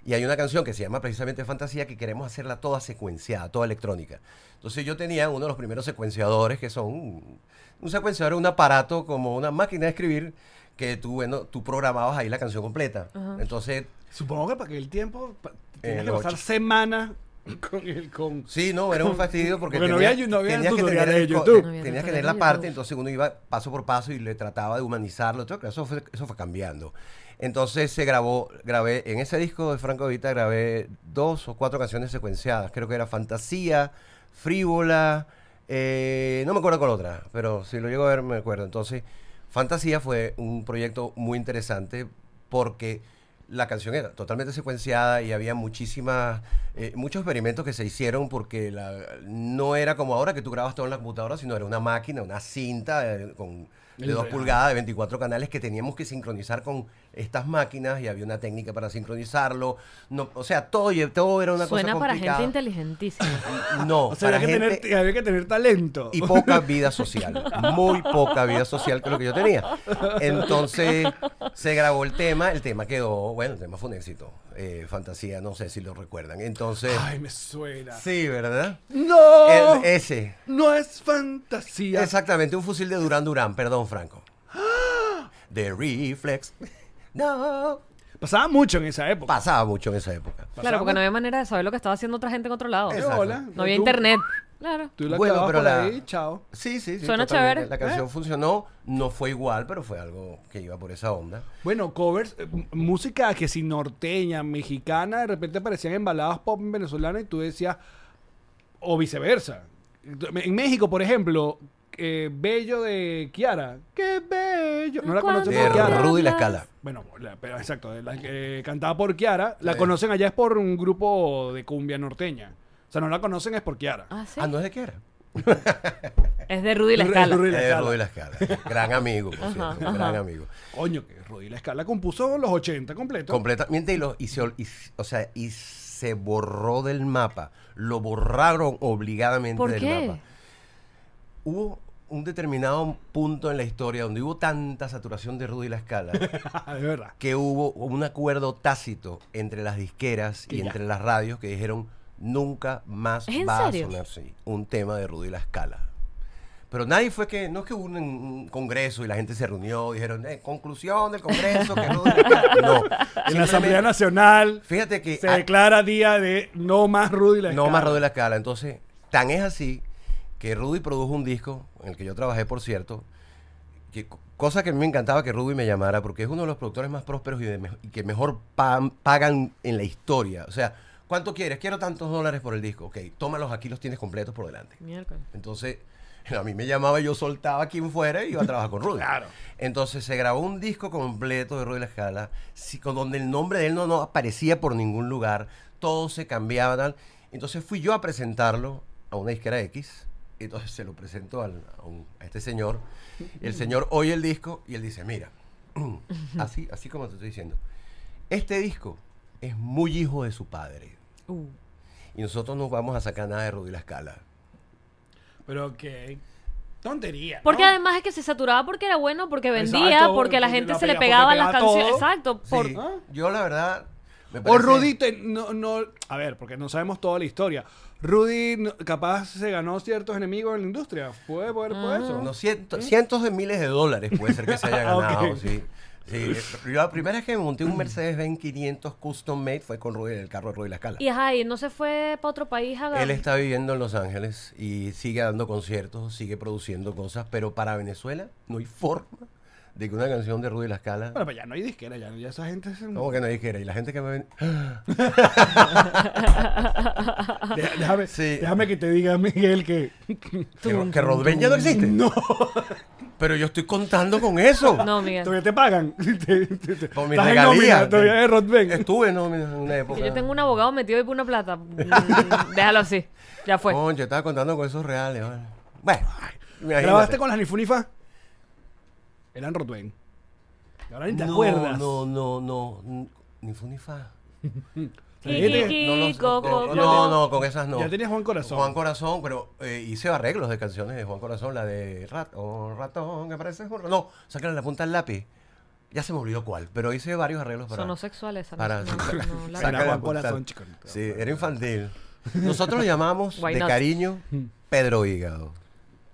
Speaker 5: Y hay una canción que se llama precisamente Fantasía que queremos hacerla toda secuenciada, toda electrónica. Entonces yo tenía uno de los primeros secuenciadores que son un, un secuenciador, un aparato como una máquina de escribir que tú, bueno, tú programabas ahí la canción completa. Entonces
Speaker 3: Supongo que para que el tiempo. pa- Tienes
Speaker 5: El
Speaker 3: que pasar
Speaker 5: ocho.
Speaker 3: semanas con el. Con...
Speaker 5: Sí, no, era un fastidio porque
Speaker 3: Porque no
Speaker 5: tenías-
Speaker 3: había- no había
Speaker 5: tenías que
Speaker 3: tutoriales
Speaker 5: tener, el
Speaker 3: de
Speaker 5: co- eh,
Speaker 3: YouTube.
Speaker 4: No había
Speaker 5: tenías que
Speaker 4: tutoriales de
Speaker 5: tener la parte,
Speaker 4: YouTube.
Speaker 5: entonces uno iba paso por paso y le trataba de humanizarlo. todo, claro, Eso fue, eso fue cambiando. Entonces se grabó, grabé en ese disco de Franco Vita, grabé dos o cuatro canciones secuenciadas. Creo que era Fantasía, Frívola, eh, no me acuerdo con otra, pero si lo llego a ver me acuerdo. Entonces, Fantasía fue un proyecto muy interesante porque la canción era totalmente secuenciada y había muchísimas, eh, muchos experimentos que se hicieron porque la- no era como ahora que tú grabas todo en la computadora, sino era una máquina, una cinta eh, con, de 2 pulgadas, de 24 canales que teníamos que sincronizar con estas máquinas y había una técnica para sincronizarlo. No, o sea, todo, lle- todo era una
Speaker 4: Suena
Speaker 5: cosa
Speaker 4: para
Speaker 5: complicada.
Speaker 4: gente inteligentísima.
Speaker 5: No,
Speaker 3: O sea,
Speaker 5: para
Speaker 3: había que,
Speaker 5: gente
Speaker 3: tener, había que tener talento.
Speaker 5: y poca vida social. Muy poca vida social que es lo que yo tenía. Entonces se grabó el tema, el tema quedó, bueno, el tema fue un éxito. Eh, fantasía, no sé si lo recuerdan. Entonces,
Speaker 3: Ay, me suena.
Speaker 5: sí, ¿verdad?
Speaker 3: ¡No!
Speaker 5: El- ese.
Speaker 3: No es fantasía.
Speaker 5: Exactamente, un fusil de Durán Durán, perdón, Franco. De Reflex. No.
Speaker 3: Pasaba mucho en esa época.
Speaker 5: Pasaba mucho en esa época.
Speaker 4: Claro, porque
Speaker 3: Pasaba
Speaker 4: no había manera de saber lo que estaba haciendo otra gente en otro lado.
Speaker 5: Exacto.
Speaker 4: No había internet. Claro.
Speaker 3: Tú la
Speaker 5: Bueno,
Speaker 3: clavabas
Speaker 5: pero
Speaker 3: por
Speaker 5: la-
Speaker 3: ahí, chao.
Speaker 5: Sí, sí, sí.
Speaker 4: Suena
Speaker 5: totalmente.
Speaker 4: chévere.
Speaker 5: La canción funcionó, no fue igual, pero fue algo que iba por esa onda.
Speaker 3: Bueno, covers, eh, m- música que si norteña, mexicana, de repente aparecían en baladas pop venezolanas y tú decías, o viceversa. En México, por ejemplo, eh, Bello de Kiara. ¡Qué bello! No la
Speaker 4: ¿Cuándo
Speaker 3: conocen
Speaker 5: De
Speaker 3: por Kiara.
Speaker 5: Rudy La Escala.
Speaker 3: Bueno, la- pero exacto, de la que cantaba por Kiara, la conocen allá es por un grupo de cumbia norteña. O sea, no la conocen es por Kiara.
Speaker 4: Ah, sí.
Speaker 5: Ah, no es de qué era.
Speaker 4: Es de Rudy la escala.
Speaker 3: Rudy la
Speaker 5: Eh,
Speaker 3: Escala.
Speaker 5: Rudy La Escala. Gran amigo, por cierto.
Speaker 4: Ajá,
Speaker 5: gran
Speaker 4: ajá.
Speaker 5: amigo.
Speaker 3: Coño, que Rudy La Escala compuso los 80 completos.
Speaker 5: Completamente y lo y se, ol- y s- o sea, y se borró del mapa. Lo borraron obligadamente
Speaker 4: ¿Por
Speaker 5: del
Speaker 4: qué?
Speaker 5: mapa. Hubo un determinado punto en la historia donde hubo tanta saturación de Rudy La Escala
Speaker 3: Ah, de verdad.
Speaker 5: que hubo un acuerdo tácito entre las disqueras y
Speaker 3: Que ya.
Speaker 5: entre las radios que dijeron nunca más
Speaker 4: ¿Es en
Speaker 5: va
Speaker 4: serio?
Speaker 5: a sonar sí, un tema de Rudy La Escala. Pero nadie fue que, no es que hubo un, un congreso y la gente se reunió, dijeron, eh, conclusión del congreso, que Rudy La Escala. No.
Speaker 3: En la Asamblea
Speaker 5: Simplemente,
Speaker 3: Nacional
Speaker 5: Fíjate que
Speaker 3: se
Speaker 5: ah,
Speaker 3: declara día de no más Rudy la
Speaker 5: no más
Speaker 3: Escala.
Speaker 5: Rudy La Escala. Entonces, tan es así que Rudy produjo un disco en el que yo trabajé, por cierto, que, co- cosa que a mí me encantaba que Rudy me llamara, porque es uno de los productores más prósperos y, de me- y que mejor pa- pagan en la historia. O sea, ¿cuánto quieres? Quiero tantos dólares por el disco. Ok, tómalos aquí, los tienes completos por delante.
Speaker 4: Miércoles.
Speaker 5: Entonces, a mí me llamaba y yo soltaba a quien fuera y iba a trabajar con Rudy. Claro. Entonces se grabó un disco completo de Rudy La Escala, sí, con donde el nombre de él no, no aparecía por ningún lugar, todo se cambiaba. Tal. Entonces fui yo a presentarlo a una disquera X. Entonces se lo presento al- a, un- a este señor. El señor oye el disco y él dice, mira, así, así como te estoy diciendo, este disco es muy hijo de su padre.
Speaker 4: Uh.
Speaker 5: Y nosotros no vamos a sacar nada de Rudy La Escala.
Speaker 3: Pero que tontería. ¿no?
Speaker 4: Porque además es que se saturaba porque era bueno, porque vendía,
Speaker 3: Exacto,
Speaker 4: porque la
Speaker 3: porque
Speaker 4: gente
Speaker 3: la
Speaker 4: se le
Speaker 3: pega-
Speaker 4: pegaba
Speaker 3: porque
Speaker 4: las
Speaker 3: pega
Speaker 4: canciones.
Speaker 3: todo.
Speaker 4: Exacto. Por...
Speaker 5: Sí,
Speaker 3: ¿Ah?
Speaker 5: Yo la verdad. me
Speaker 3: O
Speaker 5: parece-
Speaker 3: Rudy, te- no, no, a ver, porque no sabemos toda la historia. Rudy no- capaz se ganó ciertos enemigos en la
Speaker 4: Ah.
Speaker 3: industria. Puede poder por eso.
Speaker 5: Unos cientos, cientos de miles de dólares puede ser que se haya
Speaker 3: ¿Eh? Ah, ok.
Speaker 5: ganado, sí. Sí, yo la primera vez que me monté un Mercedes-Benz 500 custom made fue con Rudy, el carro de Rudy La Escala.
Speaker 4: Y ajá, y no se fue para otro país a
Speaker 5: Él está viviendo en Los Ángeles y sigue dando conciertos, sigue produciendo cosas, pero para Venezuela no hay forma de que una canción de Rudy La Escala.
Speaker 3: Bueno, pues ya no hay disquera, ya, ya esa gente se...
Speaker 5: ¿Cómo que no dijera? Y la gente que me ven.
Speaker 3: Ah, Deja- déjame,
Speaker 5: Sí.
Speaker 3: déjame que te diga, Miguel, que...
Speaker 5: Que, que Rodben ya no existe.
Speaker 3: No,
Speaker 5: Pero yo estoy contando con eso.
Speaker 4: No, Miguel.
Speaker 3: todavía te pagan. Te- te- te-
Speaker 5: Con mi
Speaker 3: estás en
Speaker 5: regalía.
Speaker 3: nómina, todavía es Rod Ben.
Speaker 5: Estuve en nómina en una época.
Speaker 4: Que yo tengo un abogado metido ahí por una plata. Mm, Déjalo así. Ya
Speaker 3: Pues
Speaker 4: fue.
Speaker 5: Concho, estaba contando con esos reales. vale. Bueno, imagínate.
Speaker 3: ¿Grabaste con las Nifunifas? Eran Rod Ben. Ahora ni te
Speaker 5: no,
Speaker 3: acuerdas.
Speaker 5: No, no, no. Ni fu ni fa.
Speaker 3: Fíjate,
Speaker 4: Kikiki,
Speaker 5: No, los-
Speaker 4: co, co,
Speaker 5: no,
Speaker 4: co.
Speaker 5: no, no, con esas no.
Speaker 3: Ya tenías Juan Corazón.
Speaker 5: Juan Corazón, pero eh, hice arreglos de canciones de Juan Corazón, la de ratón, ratón, que parece un ratón. No, sácale la punta al lápiz. Ya se me olvidó cuál, pero hice varios arreglos para.
Speaker 4: Sonó sexual esa. no-
Speaker 5: para-
Speaker 4: no, no, la-
Speaker 5: Sácale
Speaker 3: Era Juan
Speaker 5: la punta al-
Speaker 3: Corazón, chico.
Speaker 5: Sí, era infantil. Nosotros lo llamamos
Speaker 4: Why
Speaker 5: de
Speaker 4: not?
Speaker 5: cariño Pedro Hígado.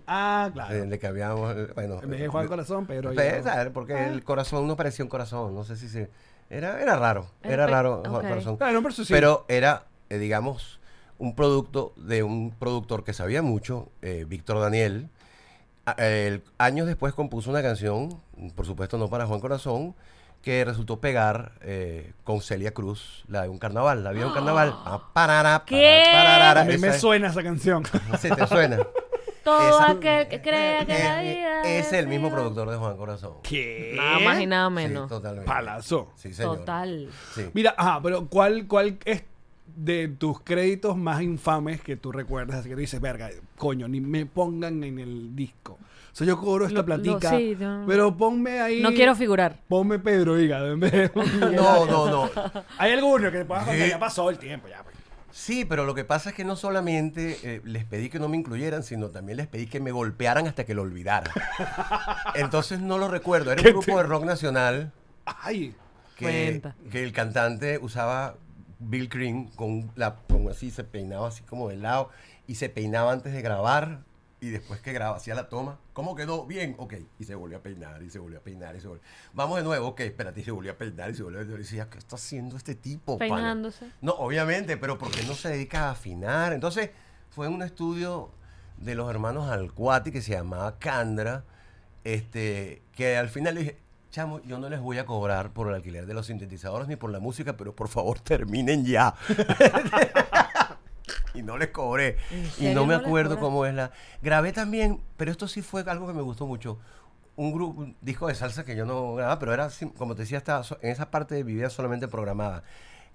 Speaker 3: Ah, Hmm. claro.
Speaker 5: Eh, le cambiamos, eh, bueno.
Speaker 3: En vez de Juan Corazón, Pedro
Speaker 5: Pe-
Speaker 3: Hígado.
Speaker 5: ¿sabes? Porque
Speaker 4: Ah.
Speaker 5: el corazón no parecía un corazón, no sé si se... Era, era raro,
Speaker 4: Era
Speaker 5: era
Speaker 4: pe-
Speaker 5: raro Juan
Speaker 4: ok. Ah,
Speaker 5: Corazón.
Speaker 3: Claro, no, pero eso sí.
Speaker 5: Pero era, eh, digamos, un producto de un productor que sabía mucho, eh, Víctor Daniel. A- el- años después compuso una canción, por supuesto no para Juan Corazón, que resultó pegar eh, con Celia Cruz, la de un carnaval, la vida de un carnaval. Ah, parara,
Speaker 4: ¿Qué?
Speaker 5: parara,
Speaker 3: a mí me
Speaker 5: esa-
Speaker 3: suena esa canción.
Speaker 5: Sí, te suena.
Speaker 4: Todo
Speaker 5: Esa-
Speaker 4: aquel que crea que la
Speaker 5: Eh, eh,
Speaker 4: vida
Speaker 5: Es el mismo
Speaker 4: vida.
Speaker 5: productor de Juan Corazón.
Speaker 3: ¿Qué?
Speaker 4: Nada más y nada
Speaker 5: Sí,
Speaker 4: menos.
Speaker 5: totalmente.
Speaker 3: Palazo.
Speaker 5: Sí, señor.
Speaker 4: Total.
Speaker 5: Sí.
Speaker 3: Mira, ajá, pero ¿cuál, ¿cuál es de tus créditos más infames que tú recuerdas? Así que tú dices, verga, coño, ni me pongan en el disco. O sea, yo cobro esta
Speaker 4: Lo- lo-
Speaker 3: platica,
Speaker 4: sí, yo-
Speaker 3: pero ponme ahí...
Speaker 4: No quiero figurar.
Speaker 3: Ponme Pedro Hígado en vez de...
Speaker 5: No, no, no.
Speaker 3: Hay alguno que puedas contar,
Speaker 5: Sí.
Speaker 3: ya pasó el tiempo, ya. pues.
Speaker 5: Sí, pero lo que pasa es que no solamente eh, les pedí que no me incluyeran, sino también les pedí que me golpearan hasta que lo olvidara. Entonces no lo recuerdo. Era un grupo de rock nacional
Speaker 3: Ay,
Speaker 5: que,
Speaker 4: Cuenta.
Speaker 5: que el cantante usaba Bill Cream con la con así, se peinaba así como de lado y se peinaba antes de grabar y después que graba hacía la toma. ¿Cómo quedó? Bien, ok. Y se volvió a peinar y se volvió a peinar y se volvió. Vamos de nuevo, ok, espérate, y se volvió a peinar y se volvió a peinar. Y decía, ¿qué está haciendo este tipo? pana?"
Speaker 4: Peinándose.
Speaker 5: No, obviamente, pero porque no se dedica a afinar. Entonces, fue un estudio de los hermanos Alcuati que se llamaba Candra, este, que al final le dije, chamo, yo no les voy a cobrar por el alquiler de los sintetizadores ni por la música, pero por favor terminen ya. y no les cobré.
Speaker 4: ¿En
Speaker 5: Y
Speaker 4: serio
Speaker 5: no me
Speaker 4: no les
Speaker 5: acuerdo
Speaker 4: cobraste?
Speaker 5: cómo es la... Grabé también, pero esto sí fue algo que me gustó mucho. Un, grupo, un disco de salsa que yo no grababa, pero era, así, como te decía, estaba so- en esa parte de mi vida solamente programada,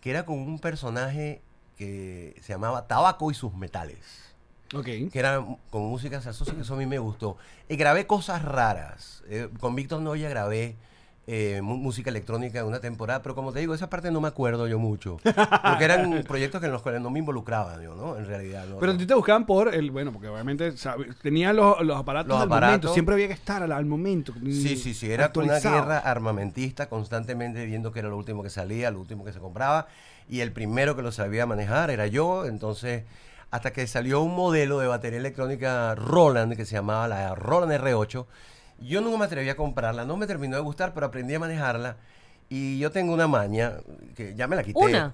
Speaker 5: que era con un personaje que se llamaba Tabaco y sus metales
Speaker 3: ok.
Speaker 5: que era m- con música salsosa, que eso a mí me gustó. Y grabé cosas raras. Eh, con Víctor Noya grabé eh, mu- música electrónica en una temporada, pero como te digo, esa parte no me acuerdo yo mucho. Porque eran proyectos que en los cuales no me involucraban yo, ¿no? En realidad. ¿no?
Speaker 3: Pero a ti te buscaban por el... Bueno, porque obviamente sabe- tenían los, los aparatos
Speaker 5: Los
Speaker 3: al momento.
Speaker 5: aparatos.
Speaker 3: Siempre había que estar al, al momento.
Speaker 5: Sí, sí, sí. Era una
Speaker 3: actualizado.
Speaker 5: guerra armamentista, constantemente viendo que era lo último que salía, lo último que se compraba. Y el primero que lo sabía manejar era yo. Entonces, hasta que salió un modelo de batería electrónica Roland que se llamaba la Roland R8. Yo nunca me atreví a comprarla, no me terminó de gustar, pero aprendí a manejarla. Y yo tengo una maña que ya me la quité.
Speaker 4: Una.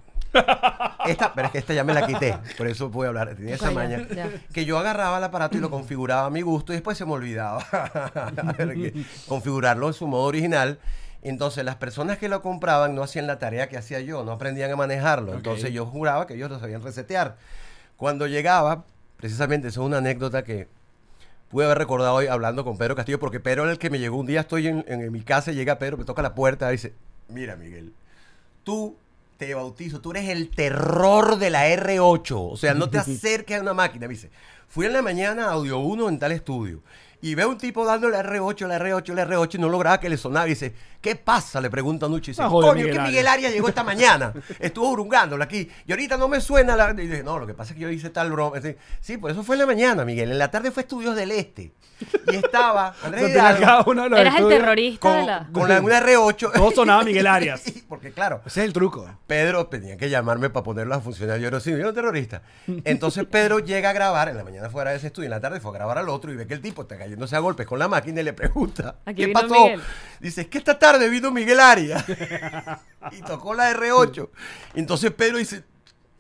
Speaker 5: Esta, pero es que esta ya me la quité, por eso pude hablar. Tenía esa
Speaker 4: Ok, ya,
Speaker 5: maña.
Speaker 4: ya.
Speaker 5: Que yo agarraba el aparato y lo configuraba a mi gusto y después se me olvidaba que configurarlo en su modo original. Entonces, las personas que lo compraban no hacían la tarea que hacía yo, no aprendían a manejarlo. Entonces, yo juraba que ellos lo sabían resetear. Cuando llegaba, precisamente, eso es una anécdota que pude haber recordado hoy hablando con Pedro Castillo, porque Pedro era el que me llegó un día, estoy en, en mi casa, y llega Pedro, me toca la puerta y dice, mira Miguel, tú te bautizo, tú eres el terror de la R8, o sea, no te acerques a una máquina, me dice, fui en la mañana a Audio 1 en tal estudio. Y veo un tipo dando la R8, la R8, la R8 y no lograba que le sonaba. Y dice, ¿qué pasa? Le pregunta a Nucho. Y dice,
Speaker 3: Ah, joder,
Speaker 5: coño, es que
Speaker 3: Miguel
Speaker 5: Miguel
Speaker 3: Arias.
Speaker 5: Arias llegó esta mañana. Estuvo hurungándola aquí. Y ahorita no me suena la. Y dije, no, lo que pasa es que yo hice tal broma. Así, Sí, por eso fue en la mañana, Miguel. En la tarde fue Estudios del Este. Y estaba
Speaker 3: O sea,
Speaker 5: Andrés
Speaker 3: te
Speaker 5: Hidalgo
Speaker 3: largaba uno de los
Speaker 4: Eras el
Speaker 3: estudios.
Speaker 4: terrorista de la.
Speaker 5: con, con la una R8.
Speaker 3: Todo sonaba Miguel Arias.
Speaker 5: Y- Porque claro,
Speaker 3: Ese es el truco.
Speaker 5: Pedro tenía que llamarme para ponerlo a funcionar. Yo era sí, yo era un terrorista. Entonces Pedro llega a grabar, en la mañana fuera de ese estudio, en la tarde fue a grabar al otro y ve que el tipo está cayéndose a golpes con la máquina y le pregunta,
Speaker 4: Aquí
Speaker 5: ¿qué
Speaker 4: vino
Speaker 5: pasó?
Speaker 4: Miguel.
Speaker 5: Dice, es que esta tarde vino Miguel Arias y tocó la R8. Entonces Pedro dice,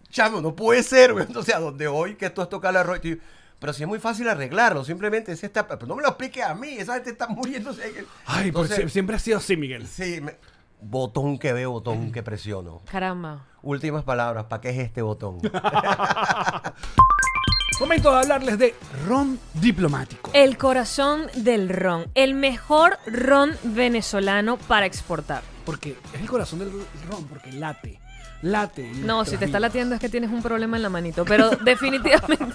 Speaker 5: chamo, no puede ser, güey. Entonces, a donde hoy que tú has tocado la R8, Y yo, pero si es muy fácil arreglarlo, simplemente es esta... Pero no me lo expliques a mí, esa gente está muriéndose.
Speaker 3: Ay, pues
Speaker 5: Entonces,
Speaker 3: sie- siempre ha sido así, Miguel.
Speaker 5: Sí, me- botón que veo, botón que presiono.
Speaker 4: Caramba.
Speaker 5: Últimas palabras, ¿para qué es este botón?
Speaker 3: Momento de hablarles de ron diplomático.
Speaker 4: El corazón del ron. El mejor ron venezolano para exportar.
Speaker 3: Porque es el corazón del ron, porque late. Late. en
Speaker 4: No,
Speaker 3: nuestras
Speaker 4: si te está
Speaker 3: vidas.
Speaker 4: latiendo es que tienes un problema en la manito, pero definitivamente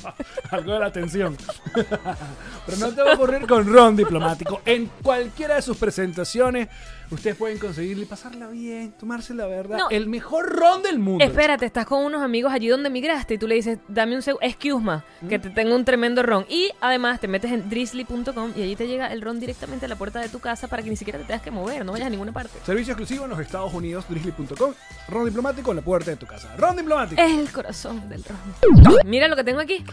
Speaker 3: Algo de la atención. Pero no te va a ocurrir con Ron Diplomático. En cualquiera de sus presentaciones, ustedes pueden conseguirle pasarla bien, tomarse la verdad.
Speaker 4: No.
Speaker 3: El mejor ron del mundo.
Speaker 4: Espérate, estás con unos amigos allí donde migraste y tú le dices, dame un segundo, excuse me,
Speaker 3: Mm.
Speaker 4: que te tengo un tremendo ron. Y además te metes en drizzly.com y allí te llega el ron directamente a la puerta de tu casa para que ni siquiera te tengas que mover, no vayas a ninguna parte.
Speaker 3: Servicio exclusivo en los Estados Unidos, drizzly.com. Ron Diplomático en la puerta de tu casa. Ron Diplomático.
Speaker 4: Es el corazón del ron. Mira lo que tengo aquí.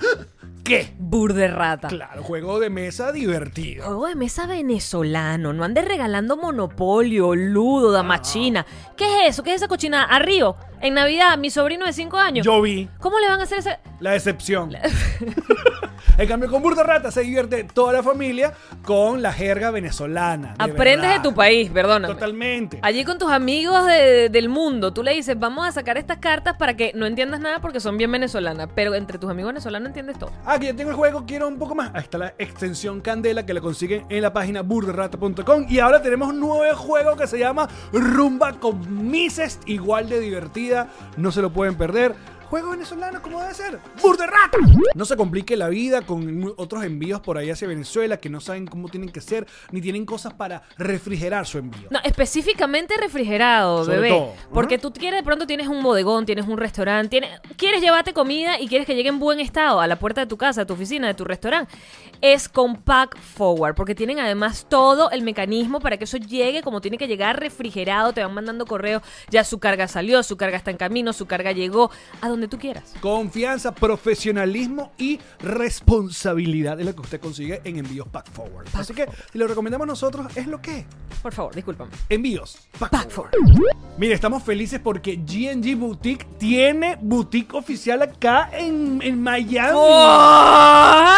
Speaker 3: ¿Qué?
Speaker 4: Burderrata.
Speaker 3: Claro, juego de mesa divertido.
Speaker 4: Juego de mesa venezolano, no andes regalando monopolio, ludo, damachina.
Speaker 3: Ah.
Speaker 4: ¿Qué es eso? ¿Qué es esa cochinada? A Río, en Navidad, mi sobrino de 5 años.
Speaker 3: Yo vi
Speaker 4: ¿Cómo le van a hacer ese...?
Speaker 3: la decepción. en cambio, con Burda Rata se divierte toda la familia con la jerga venezolana. de
Speaker 4: Aprendes de
Speaker 3: verdad.
Speaker 4: tu país, perdóname.
Speaker 3: Totalmente.
Speaker 4: Allí con tus amigos de- del mundo, tú le dices, vamos a sacar estas cartas para que no entiendas nada porque son bien venezolanas, pero entre tus amigos venezolanos entiendes todo.
Speaker 3: Ah, que ya tengo el juego, quiero un poco más. Ahí está la extensión Candela que la consiguen en la página burderrata.com. Y ahora tenemos un nuevo juego que se llama Rumba con Mises, igual de divertida, no se lo pueden perder. Juego venezolano, como debe ser. ¡Burderrata! No se complique la vida con otros envíos por ahí hacia Venezuela que no saben cómo tienen que ser, ni tienen cosas para refrigerar su envío.
Speaker 4: No, específicamente refrigerado,
Speaker 3: Sobre
Speaker 4: bebé.
Speaker 3: todo.
Speaker 4: Porque
Speaker 3: Ujú.
Speaker 4: tú quieres, de pronto tienes un bodegón, tienes un restaurante, tienes, quieres llevarte comida y quieres que llegue en buen estado a la puerta de tu casa, de tu oficina, de tu restaurante. Es con Pack Forward, porque tienen además todo el mecanismo para que eso llegue como tiene que llegar refrigerado, te van mandando correos, ya su carga salió, su carga está en camino, su carga llegó, a donde tú quieras.
Speaker 3: Confianza, profesionalismo y responsabilidad es lo que usted consigue en envíos Pack Forward. Así que si lo recomendamos nosotros, es lo que es.
Speaker 4: Por favor, discúlpame.
Speaker 3: Envíos. Pack Forward. Mira, estamos felices porque GNG Boutique tiene boutique oficial acá en, en Miami.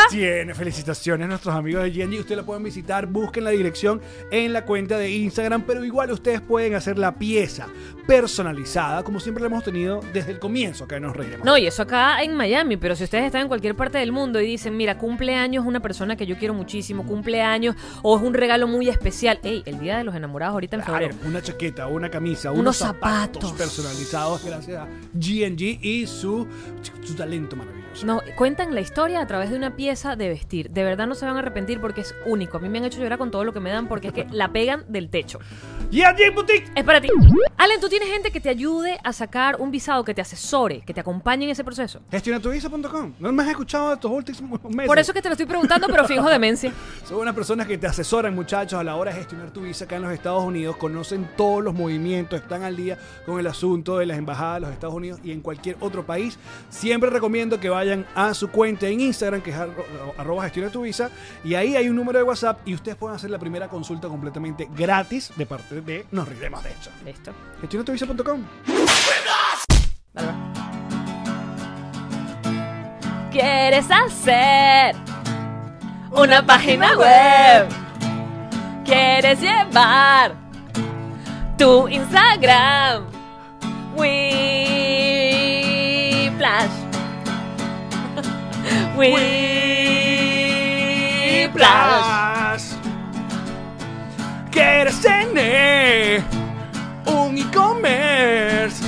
Speaker 3: Tiene, felicitaciones a nuestros amigos de GNG. Ustedes la pueden visitar, busquen la dirección en la cuenta de Instagram, pero igual ustedes pueden hacer la pieza personalizada, como siempre la hemos tenido desde el comienzo, acá nos reiremos.
Speaker 4: No, y eso acá en Miami, pero si ustedes están en cualquier parte del mundo y dicen, mira, cumpleaños una persona que yo quiero muchísimo, cumpleaños o es un regalo muy especial, ey, el Día de los Enamorados ahorita en
Speaker 3: Claro,
Speaker 4: febrero.
Speaker 3: una chaqueta, una camisa, unos,
Speaker 4: Unos
Speaker 3: zapatos.
Speaker 4: zapatos.
Speaker 3: personalizados gracias a GNG y su, su talento maravilloso.
Speaker 4: No, cuentan la historia a través de una pieza de vestir. De verdad no se van a arrepentir porque es único. A mí me han hecho llorar con todo lo que me dan porque es que la pegan del techo.
Speaker 3: GNG Boutique.
Speaker 4: Es para ti. Allen, tú tienes gente que te ayude a sacar un visado, que te asesore, que te acompañe en ese proceso.
Speaker 3: Gestionatuvisa.com. No me has escuchado de estos últimos meses.
Speaker 4: Por eso es que te lo estoy preguntando, pero finjo demencia.
Speaker 3: Son unas personas que te asesoran, muchachos, a la hora de gestionar tu visa acá en los Estados Unidos. Conocen todos los movimientos, están al día con el asunto de las embajadas de los Estados Unidos y en cualquier otro país. Siempre recomiendo que vayan a su cuenta en Instagram, que es arro- arroba gestiona tu visa. Y ahí hay un número de WhatsApp y ustedes pueden hacer la primera consulta completamente gratis de parte de Nos Riremos de hecho.
Speaker 4: Listo.
Speaker 3: Gestionatuvisa.com.
Speaker 4: ¿Quieres hacer una página web? ¿Quieres llevar tu Instagram? Whiplash. Whiplash.
Speaker 3: Plus. Quieres tener un e-commerce.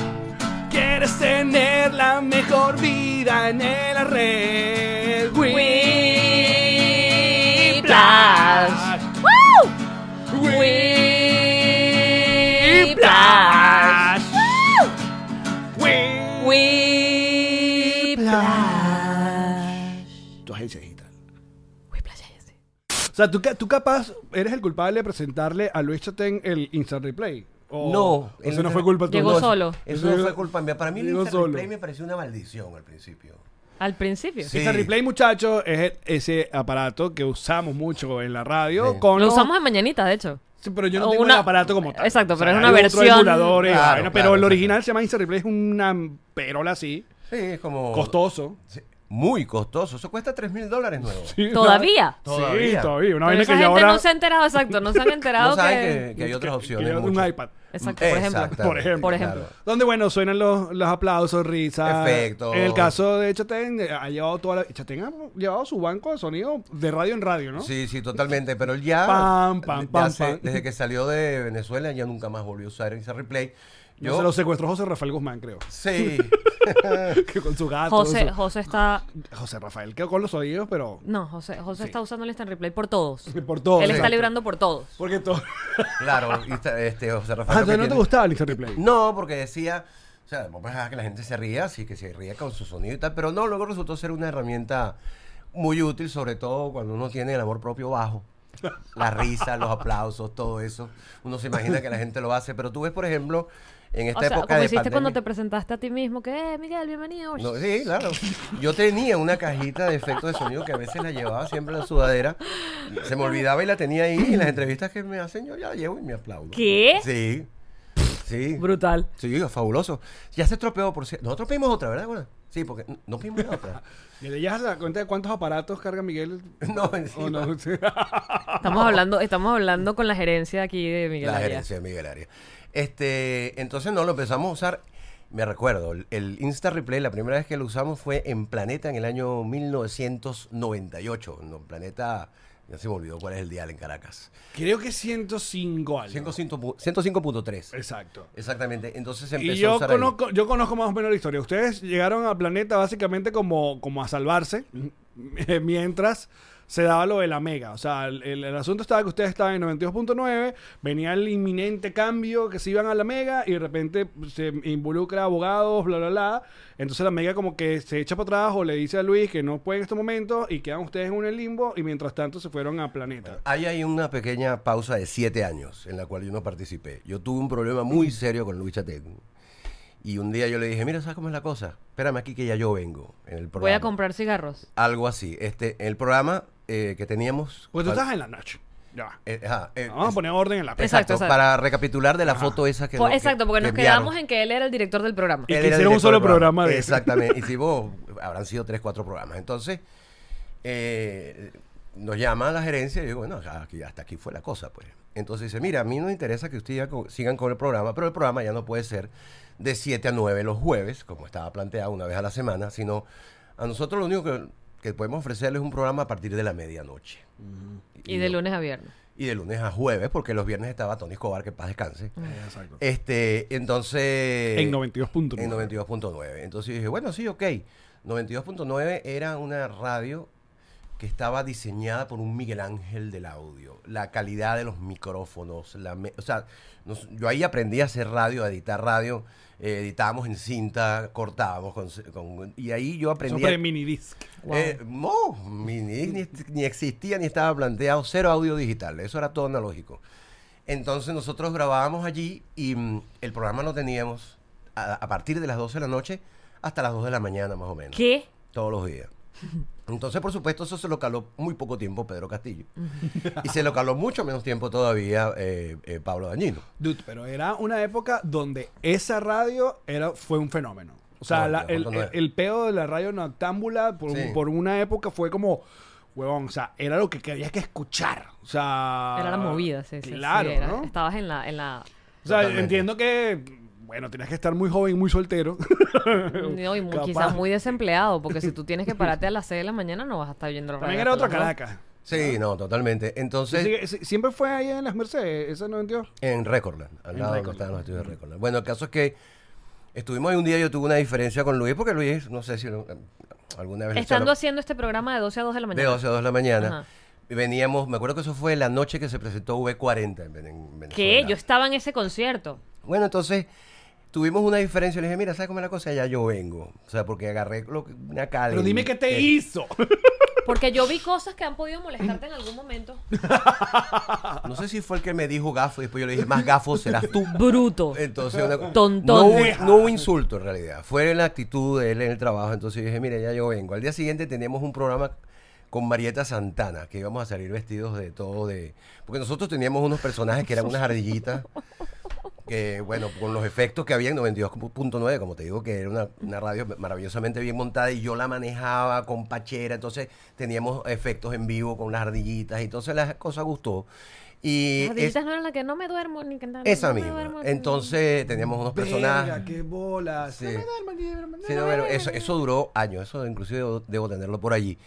Speaker 3: Quieres tener la mejor vida en la red.
Speaker 4: Whiplash. Whiplash. Whiplash.
Speaker 3: Tu agencia digital.
Speaker 4: Whiplash agency.
Speaker 3: O sea, ¿tú, ca- tú capaz eres el culpable de presentarle a Luis Chaten el Instant Replay. O- o
Speaker 5: el
Speaker 3: Eso no
Speaker 5: Inter-
Speaker 3: fue culpa tuya.
Speaker 4: Llegó
Speaker 5: No,
Speaker 4: solo.
Speaker 5: Eso no fue culpa mía. Para mí el
Speaker 3: Llegó
Speaker 5: Inter Replay
Speaker 3: solo.
Speaker 5: me pareció una maldición al principio.
Speaker 4: Al principio.
Speaker 5: Sí.
Speaker 3: Ese replay, muchachos, es el- ese aparato que usamos mucho en la radio.
Speaker 5: Sí.
Speaker 3: Con
Speaker 4: Lo
Speaker 3: los-
Speaker 4: usamos en mañanitas, de hecho.
Speaker 3: Sí, pero yo no
Speaker 4: o
Speaker 3: tengo
Speaker 4: una-
Speaker 3: el aparato como tal.
Speaker 4: Exacto, pero es
Speaker 3: hay
Speaker 4: una
Speaker 3: otros
Speaker 4: versión-
Speaker 3: emuladores,
Speaker 5: Claro,
Speaker 3: vaina,
Speaker 5: claro,
Speaker 3: pero el
Speaker 5: exacto.
Speaker 3: original se llama Instant Replay, es una perola así,
Speaker 5: Sí, es como.
Speaker 3: costoso.
Speaker 5: Sí, Muy costoso. Eso cuesta 3 mil dólares nuevos.
Speaker 3: Sí,
Speaker 4: ¿Todavía?
Speaker 3: Sí,
Speaker 5: Todavía.
Speaker 3: todavía. Una
Speaker 4: Pero
Speaker 3: vaina
Speaker 4: esa
Speaker 3: que ya
Speaker 4: gente
Speaker 3: ahora...
Speaker 4: no se ha enterado, exacto. No se han enterado
Speaker 5: No saben
Speaker 4: que...
Speaker 5: que, que hay otras
Speaker 3: que
Speaker 5: opciones.
Speaker 3: ya un
Speaker 5: mucho.
Speaker 3: iPad.
Speaker 4: Exacto, por ejemplo.
Speaker 5: Exactamente,
Speaker 3: Por ejemplo.
Speaker 4: Por ejemplo.
Speaker 5: claro.
Speaker 3: Donde, bueno, suenan los, los aplausos, risas.
Speaker 5: Efectos.
Speaker 3: En el caso de Chaten, eh, ha llevado toda la... Chaten ha llevado su banco de sonido de radio en radio, ¿no?
Speaker 5: Sí, sí, totalmente. Pero él ya.
Speaker 3: Pam, pam,
Speaker 5: de- de
Speaker 3: pam,
Speaker 5: hace-
Speaker 3: pam.
Speaker 5: Desde que salió de Venezuela ya nunca más volvió a usar ese replay.
Speaker 3: No
Speaker 5: Yo.
Speaker 3: Se lo secuestró José Rafael Guzmán, creo.
Speaker 5: sí.
Speaker 3: que con su gato.
Speaker 4: José,
Speaker 3: su-
Speaker 4: José está...
Speaker 3: José Rafael quedó con los oídos, pero
Speaker 4: No, José, José está usando el instant replay por todos.
Speaker 3: por todo.
Speaker 4: Él está
Speaker 3: exacto.
Speaker 4: librando por todos.
Speaker 3: Porque todo.
Speaker 5: claro. y está- este, José Rafael.
Speaker 3: Ah,
Speaker 5: lo que
Speaker 3: entonces no te
Speaker 5: tiene-
Speaker 3: gustaba el Instant Replay.
Speaker 5: No, porque decía, o sea, vamos a dejar que la gente se ría, así que se ría con su sonido y tal, pero no, luego resultó ser una herramienta muy útil, sobre todo cuando uno tiene el amor propio bajo. La risa, los aplausos, todo eso. Uno se imagina que la gente lo hace, pero tú ves, por ejemplo, en esta
Speaker 4: O sea,
Speaker 5: época
Speaker 4: como
Speaker 5: de
Speaker 4: hiciste cuando te
Speaker 5: pandemia-
Speaker 4: presentaste a ti mismo, que, eh, Miguel, bienvenido.
Speaker 5: No, sí, claro. Yo tenía una cajita de efectos de sonido que a veces la llevaba siempre en la sudadera. Se me olvidaba y la tenía ahí. Y en las entrevistas que me hacen, yo ya la llevo y me aplaudo.
Speaker 4: ¿Qué?
Speaker 5: Sí. Sí.
Speaker 4: Brutal.
Speaker 5: Sí, fabuloso. Ya se estropeó, por cierto. Nosotros pedimos otra, ¿verdad? Gona? Sí, porque n- no pedimos la otra.
Speaker 3: ¿Y le llegas a la cuenta de cuántos aparatos carga Miguel?
Speaker 5: No,
Speaker 3: ¿O
Speaker 5: encima.
Speaker 3: no? Sí.
Speaker 4: Estamos hablando, estamos hablando con la gerencia aquí de Miguel
Speaker 5: La
Speaker 4: Arias.
Speaker 5: gerencia de Miguel Arias. Este, entonces no, lo empezamos a usar. Me recuerdo, el, el Insta Replay, la primera vez que lo usamos fue en Planeta en el año 1998. No, Planeta, ya se me olvidó cuál es el dial en Caracas.
Speaker 3: Creo que 105 algo.
Speaker 5: 105 pu- 105.3.
Speaker 3: Exacto.
Speaker 5: Exactamente. Entonces se empezó
Speaker 3: Y
Speaker 5: a
Speaker 3: yo
Speaker 5: usar ahí.
Speaker 3: conozco, yo conozco más o menos la historia. Ustedes llegaron al planeta básicamente como, como a salvarse eh, mientras se daba lo de la mega. O sea, el, el- el asunto estaba que ustedes estaban en 92.9, venía el inminente cambio que se iban a la mega y de repente se involucra abogados, bla, bla, bla. Entonces la mega como que se echa para atrás o le dice a Luis que no puede en estos momentos y quedan ustedes en un limbo y mientras tanto se fueron a planeta.
Speaker 5: Ahí hay una pequeña pausa de siete años en la cual yo no participé. Yo tuve un problema
Speaker 3: Mm.
Speaker 5: muy serio con Luis Chatén. Y un día yo le dije, mira, ¿sabes cómo es la cosa? Espérame aquí que ya yo vengo en el programa.
Speaker 4: Voy a comprar cigarros.
Speaker 5: Algo así. Este, el programa eh, que teníamos...
Speaker 3: Porque Pues tú estás Ah, en la noche. Ya va.
Speaker 5: Eh, ajá, eh,
Speaker 3: Vamos a
Speaker 5: es-
Speaker 3: poner orden en la
Speaker 4: Exacto,
Speaker 3: pena.
Speaker 5: Exacto,
Speaker 4: exacto.
Speaker 5: para recapitular de la foto esa que...
Speaker 4: Fue-
Speaker 5: no- que-
Speaker 4: exacto, porque
Speaker 5: que
Speaker 4: nos
Speaker 5: enviaron.
Speaker 4: quedamos en que él era el director del programa.
Speaker 3: Y
Speaker 5: Él
Speaker 3: que
Speaker 5: era el
Speaker 3: hicieron un
Speaker 5: director
Speaker 3: solo
Speaker 5: del
Speaker 3: programa de-
Speaker 5: Exactamente. Hicimos, habrán sido tres, cuatro programas. Entonces, eh, nos llama la gerencia y digo, bueno, aquí- hasta aquí fue la cosa, pues. Entonces dice, mira, a mí nos interesa que ustedes ya co- sigan con el programa, pero el programa ya no puede ser de 7 a 9 los jueves, como estaba planteado una vez a la semana, sino a nosotros lo único que, que podemos ofrecerles es un programa a partir de la medianoche.
Speaker 4: Y de lunes a viernes.
Speaker 5: Y de lunes a jueves, porque los viernes estaba Tony Escobar, que en paz descanse.
Speaker 4: Mm.
Speaker 3: Exacto.
Speaker 5: Este, entonces...
Speaker 3: En 92.9.
Speaker 5: En 92.9. Entonces dije, bueno, sí, ok. 92.9 era una radio que estaba diseñada por un Miguel Ángel del audio. La calidad de los micrófonos. La me- o sea, nos- yo ahí aprendí a hacer radio, a editar radio. eh, editábamos en cinta, cortábamos. con- con- y ahí yo aprendí... a-
Speaker 3: Sobre mini disc.
Speaker 5: eh, no, mi- ni, ni- ni existía ni estaba planteado cero audio digital, eso era todo analógico. Entonces nosotros grabábamos allí y mm, el programa lo teníamos a, a partir de las 12 de la noche hasta las 2 de la mañana más o menos.
Speaker 4: ¿Qué?
Speaker 5: Todos los días. Entonces, por supuesto, eso se lo caló muy poco tiempo Pedro Castillo. y se lo caló mucho menos tiempo todavía eh, eh, Pablo Dañino.
Speaker 3: Dude, pero era una época donde esa radio era, fue un fenómeno. O sea,
Speaker 5: No,
Speaker 3: la-
Speaker 5: no,
Speaker 3: el,
Speaker 5: no, no
Speaker 3: el-
Speaker 5: es.
Speaker 3: el pedo de la radio noctámbula por,
Speaker 5: Sí.
Speaker 3: por una época fue como, huevón, o sea, era lo que había que escuchar. O sea...
Speaker 4: Era la movida, sí, sí. sí,
Speaker 3: Ah, Claro,
Speaker 4: era-
Speaker 3: ¿no?
Speaker 4: Estabas en la, en la...
Speaker 3: O sea,
Speaker 5: Totalmente.
Speaker 3: entiendo que, bueno, tenías que estar muy joven, muy soltero.
Speaker 4: no, y mu-
Speaker 3: Capaz.
Speaker 4: quizás muy desempleado, porque si tú tienes que pararte a las 6 de la mañana no vas a estar viendo
Speaker 3: También
Speaker 4: radio
Speaker 3: era
Speaker 4: hasta
Speaker 3: otra
Speaker 4: las dos.
Speaker 3: Caracas.
Speaker 5: Sí, no, totalmente. Entonces...
Speaker 3: Sí, sí, Siempre fue ahí en las Mercedes, esa 92.
Speaker 5: En Recordland, al
Speaker 3: En
Speaker 5: lado donde
Speaker 3: Recordland.
Speaker 5: estaban los estudios de Recordland. Bueno, el caso es que estuvimos ahí un día, yo tuve una diferencia con Luis, porque Luis, no sé si lo- alguna
Speaker 3: pues.
Speaker 5: vez... le
Speaker 4: Estando
Speaker 5: echaron
Speaker 4: haciendo este programa de 12 a 2 de la
Speaker 5: De
Speaker 4: mañana.
Speaker 5: 12 a 2 de la mañana.
Speaker 4: Ajá.
Speaker 5: Veníamos, me acuerdo que eso fue la noche que se presentó V40 en, Ven- en Venezuela.
Speaker 4: ¿Qué? Yo estaba en ese concierto.
Speaker 5: Bueno, entonces tuvimos una diferencia. Le dije, mira, ¿sabes cómo es la cosa? Ya yo vengo. O sea, porque agarré lo que- una calle.
Speaker 3: Pero dime qué te
Speaker 5: Eh,
Speaker 3: hizo.
Speaker 4: Porque yo vi cosas que han podido molestarte en algún momento.
Speaker 5: No sé si fue el que me dijo gafo y después yo le dije, más gafo serás tú.
Speaker 4: Bruto.
Speaker 5: Entonces, una-
Speaker 4: Tontón.
Speaker 5: No, hubo, no hubo insulto en realidad. Fue la actitud de él en el trabajo. Entonces yo dije, mire, ya yo vengo. Al día siguiente teníamos un programa con Marieta Santana, que íbamos a salir vestidos de todo de. Porque nosotros teníamos unos personajes que eran unas ardillitas. Que bueno, con los efectos que había en 92.9, como te digo, que era una, una radio maravillosamente bien montada y yo la manejaba con Pachera, entonces teníamos efectos en vivo con las ardillitas, y entonces la cosa gustó. Y
Speaker 4: Las
Speaker 5: es-
Speaker 4: ardillitas no eran las que no me duermo ni que no-
Speaker 5: esa
Speaker 4: no me
Speaker 5: misma.
Speaker 4: duermo.
Speaker 5: Entonces teníamos unos personajes.
Speaker 3: Verga, qué bolas.
Speaker 5: Sí.
Speaker 3: No me duerman, ni duerman, no
Speaker 5: Sí,
Speaker 3: me
Speaker 5: no,
Speaker 3: duerman.
Speaker 5: bueno, eso, eso duró años, eso inclusive debo, debo tenerlo por allí.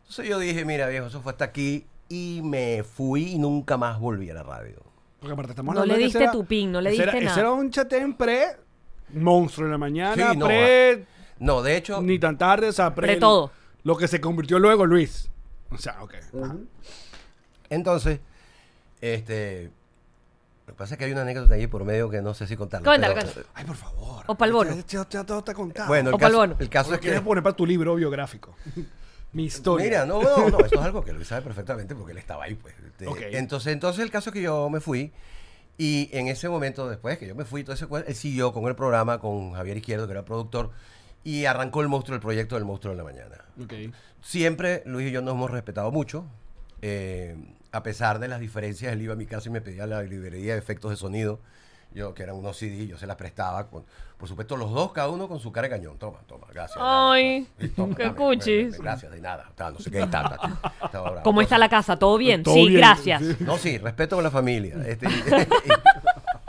Speaker 5: Entonces yo dije, mira viejo, eso fue hasta aquí y me fui y nunca más volví a la radio.
Speaker 3: Porque aparte estamos
Speaker 4: No
Speaker 3: hablando
Speaker 4: le
Speaker 3: de que ese
Speaker 4: diste
Speaker 3: era-
Speaker 4: tu pin, no le
Speaker 3: ese era-
Speaker 4: diste
Speaker 3: Ese
Speaker 4: nada.
Speaker 3: era un chatén pre monstruo en la mañana,
Speaker 5: Sí, no, ah.
Speaker 3: pre
Speaker 5: No, de hecho,
Speaker 3: ni tan tarde, o sea, pre,
Speaker 4: Pre todo.
Speaker 3: Lo que se convirtió luego Luis. O sea, ok. Ajá.
Speaker 5: entonces, este... Lo que pasa es que hay una anécdota allí por medio que no sé si contarla.
Speaker 4: Cuéntala,
Speaker 5: pero-
Speaker 4: cuéntala.
Speaker 3: Ah, Ay, por favor.
Speaker 4: O pa'l bono.
Speaker 3: Ya- ya- ya todo está contado.
Speaker 5: Bueno,
Speaker 4: O
Speaker 5: el
Speaker 4: pa'l
Speaker 5: caso,
Speaker 4: bono.
Speaker 5: el caso es
Speaker 3: Lo
Speaker 5: que...
Speaker 3: quieres poner para tu libro biográfico. Mi historia.
Speaker 5: Mira, no, no, no, esto es algo que Luis sabe perfectamente porque él estaba ahí, pues. Este,
Speaker 3: Ok.
Speaker 5: Entonces, entonces el caso es que yo me fui y en ese momento después que yo me fui, todo ese cue- él siguió con el programa con Javier Izquierdo, que era el productor, y arrancó el monstruo, el proyecto del monstruo en la mañana.
Speaker 3: Ok.
Speaker 5: Siempre Luis y yo nos hemos respetado mucho. eh, a pesar de las diferencias, él iba a mi casa y me pedía la librería de efectos de sonido. Yo, que eran unos CD, yo se las prestaba. con- por supuesto, los dos, cada uno con su cara de cañón. Toma, toma, gracias. nada,
Speaker 4: Ay,
Speaker 5: toma, sí, toma,
Speaker 4: qué
Speaker 5: dame,
Speaker 4: cuchis.
Speaker 5: dame, Gracias, de nada. tal, no sé qué, tal, tal, tal, estaba bravo.
Speaker 4: ¿Cómo está la casa? ¿Todo bien?
Speaker 3: Todo
Speaker 4: sí,
Speaker 3: bien.
Speaker 4: gracias.
Speaker 5: pues, No, sí, respeto a la familia. este,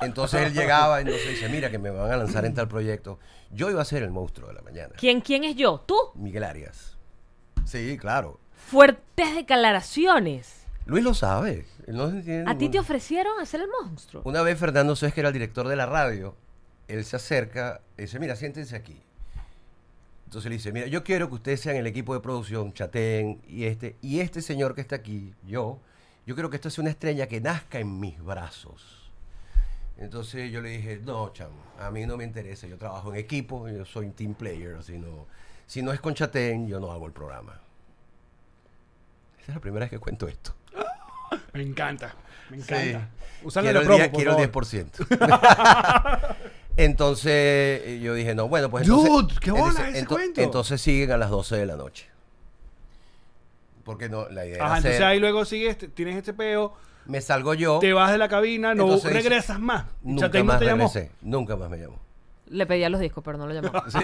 Speaker 5: entonces él llegaba y nos dice, mira que me van a lanzar en tal proyecto. Yo iba a ser el monstruo de la mañana.
Speaker 4: ¿Quién, ¿Quién es yo? ¿Tú?
Speaker 5: Miguel Arias. Sí, claro.
Speaker 4: Fuertes declaraciones.
Speaker 5: Luis lo sabe. él no se tiene
Speaker 4: ¿A ti
Speaker 5: ningún-
Speaker 4: te ofrecieron hacer el monstruo?
Speaker 5: Una vez Fernando Suez, que era el director de la radio, él se acerca y dice, mira, siéntense aquí. Entonces le dice, mira, yo quiero que ustedes sean el equipo de producción, Chatén y este, y este señor que está aquí, yo, yo creo que esto es una estrella que nazca en mis brazos. Entonces yo le dije, no, chamo, a mí no me interesa, yo trabajo en equipo, yo soy un team player, así no- si no es con Chatén, yo no hago el programa. Esa es la primera vez que cuento esto.
Speaker 3: Me encanta. Me
Speaker 5: Sí.
Speaker 3: encanta. Usarle
Speaker 5: quiero
Speaker 3: la
Speaker 5: el
Speaker 3: promo,
Speaker 5: die-
Speaker 3: por
Speaker 5: quiero el
Speaker 3: favor.
Speaker 5: 10%. entonces yo dije, no, bueno, pues
Speaker 3: Dude,
Speaker 5: entonces...
Speaker 3: qué bola
Speaker 5: entonces-
Speaker 3: ese
Speaker 5: ento-
Speaker 3: cuento.
Speaker 5: Entonces siguen a las 12 de la noche. Porque no, la idea
Speaker 3: Ajá,
Speaker 5: era
Speaker 3: entonces
Speaker 5: hacer...
Speaker 3: ahí luego sigues, te- tienes este peo,
Speaker 5: Me salgo yo,
Speaker 3: te vas de la cabina, no
Speaker 5: Entonces dice,
Speaker 3: regresas más.
Speaker 5: nunca
Speaker 3: Chatén
Speaker 5: más
Speaker 3: no te llamó.
Speaker 5: regresé, nunca más me llamó.
Speaker 4: Le pedía los discos, pero no lo llamaba.
Speaker 5: Sí.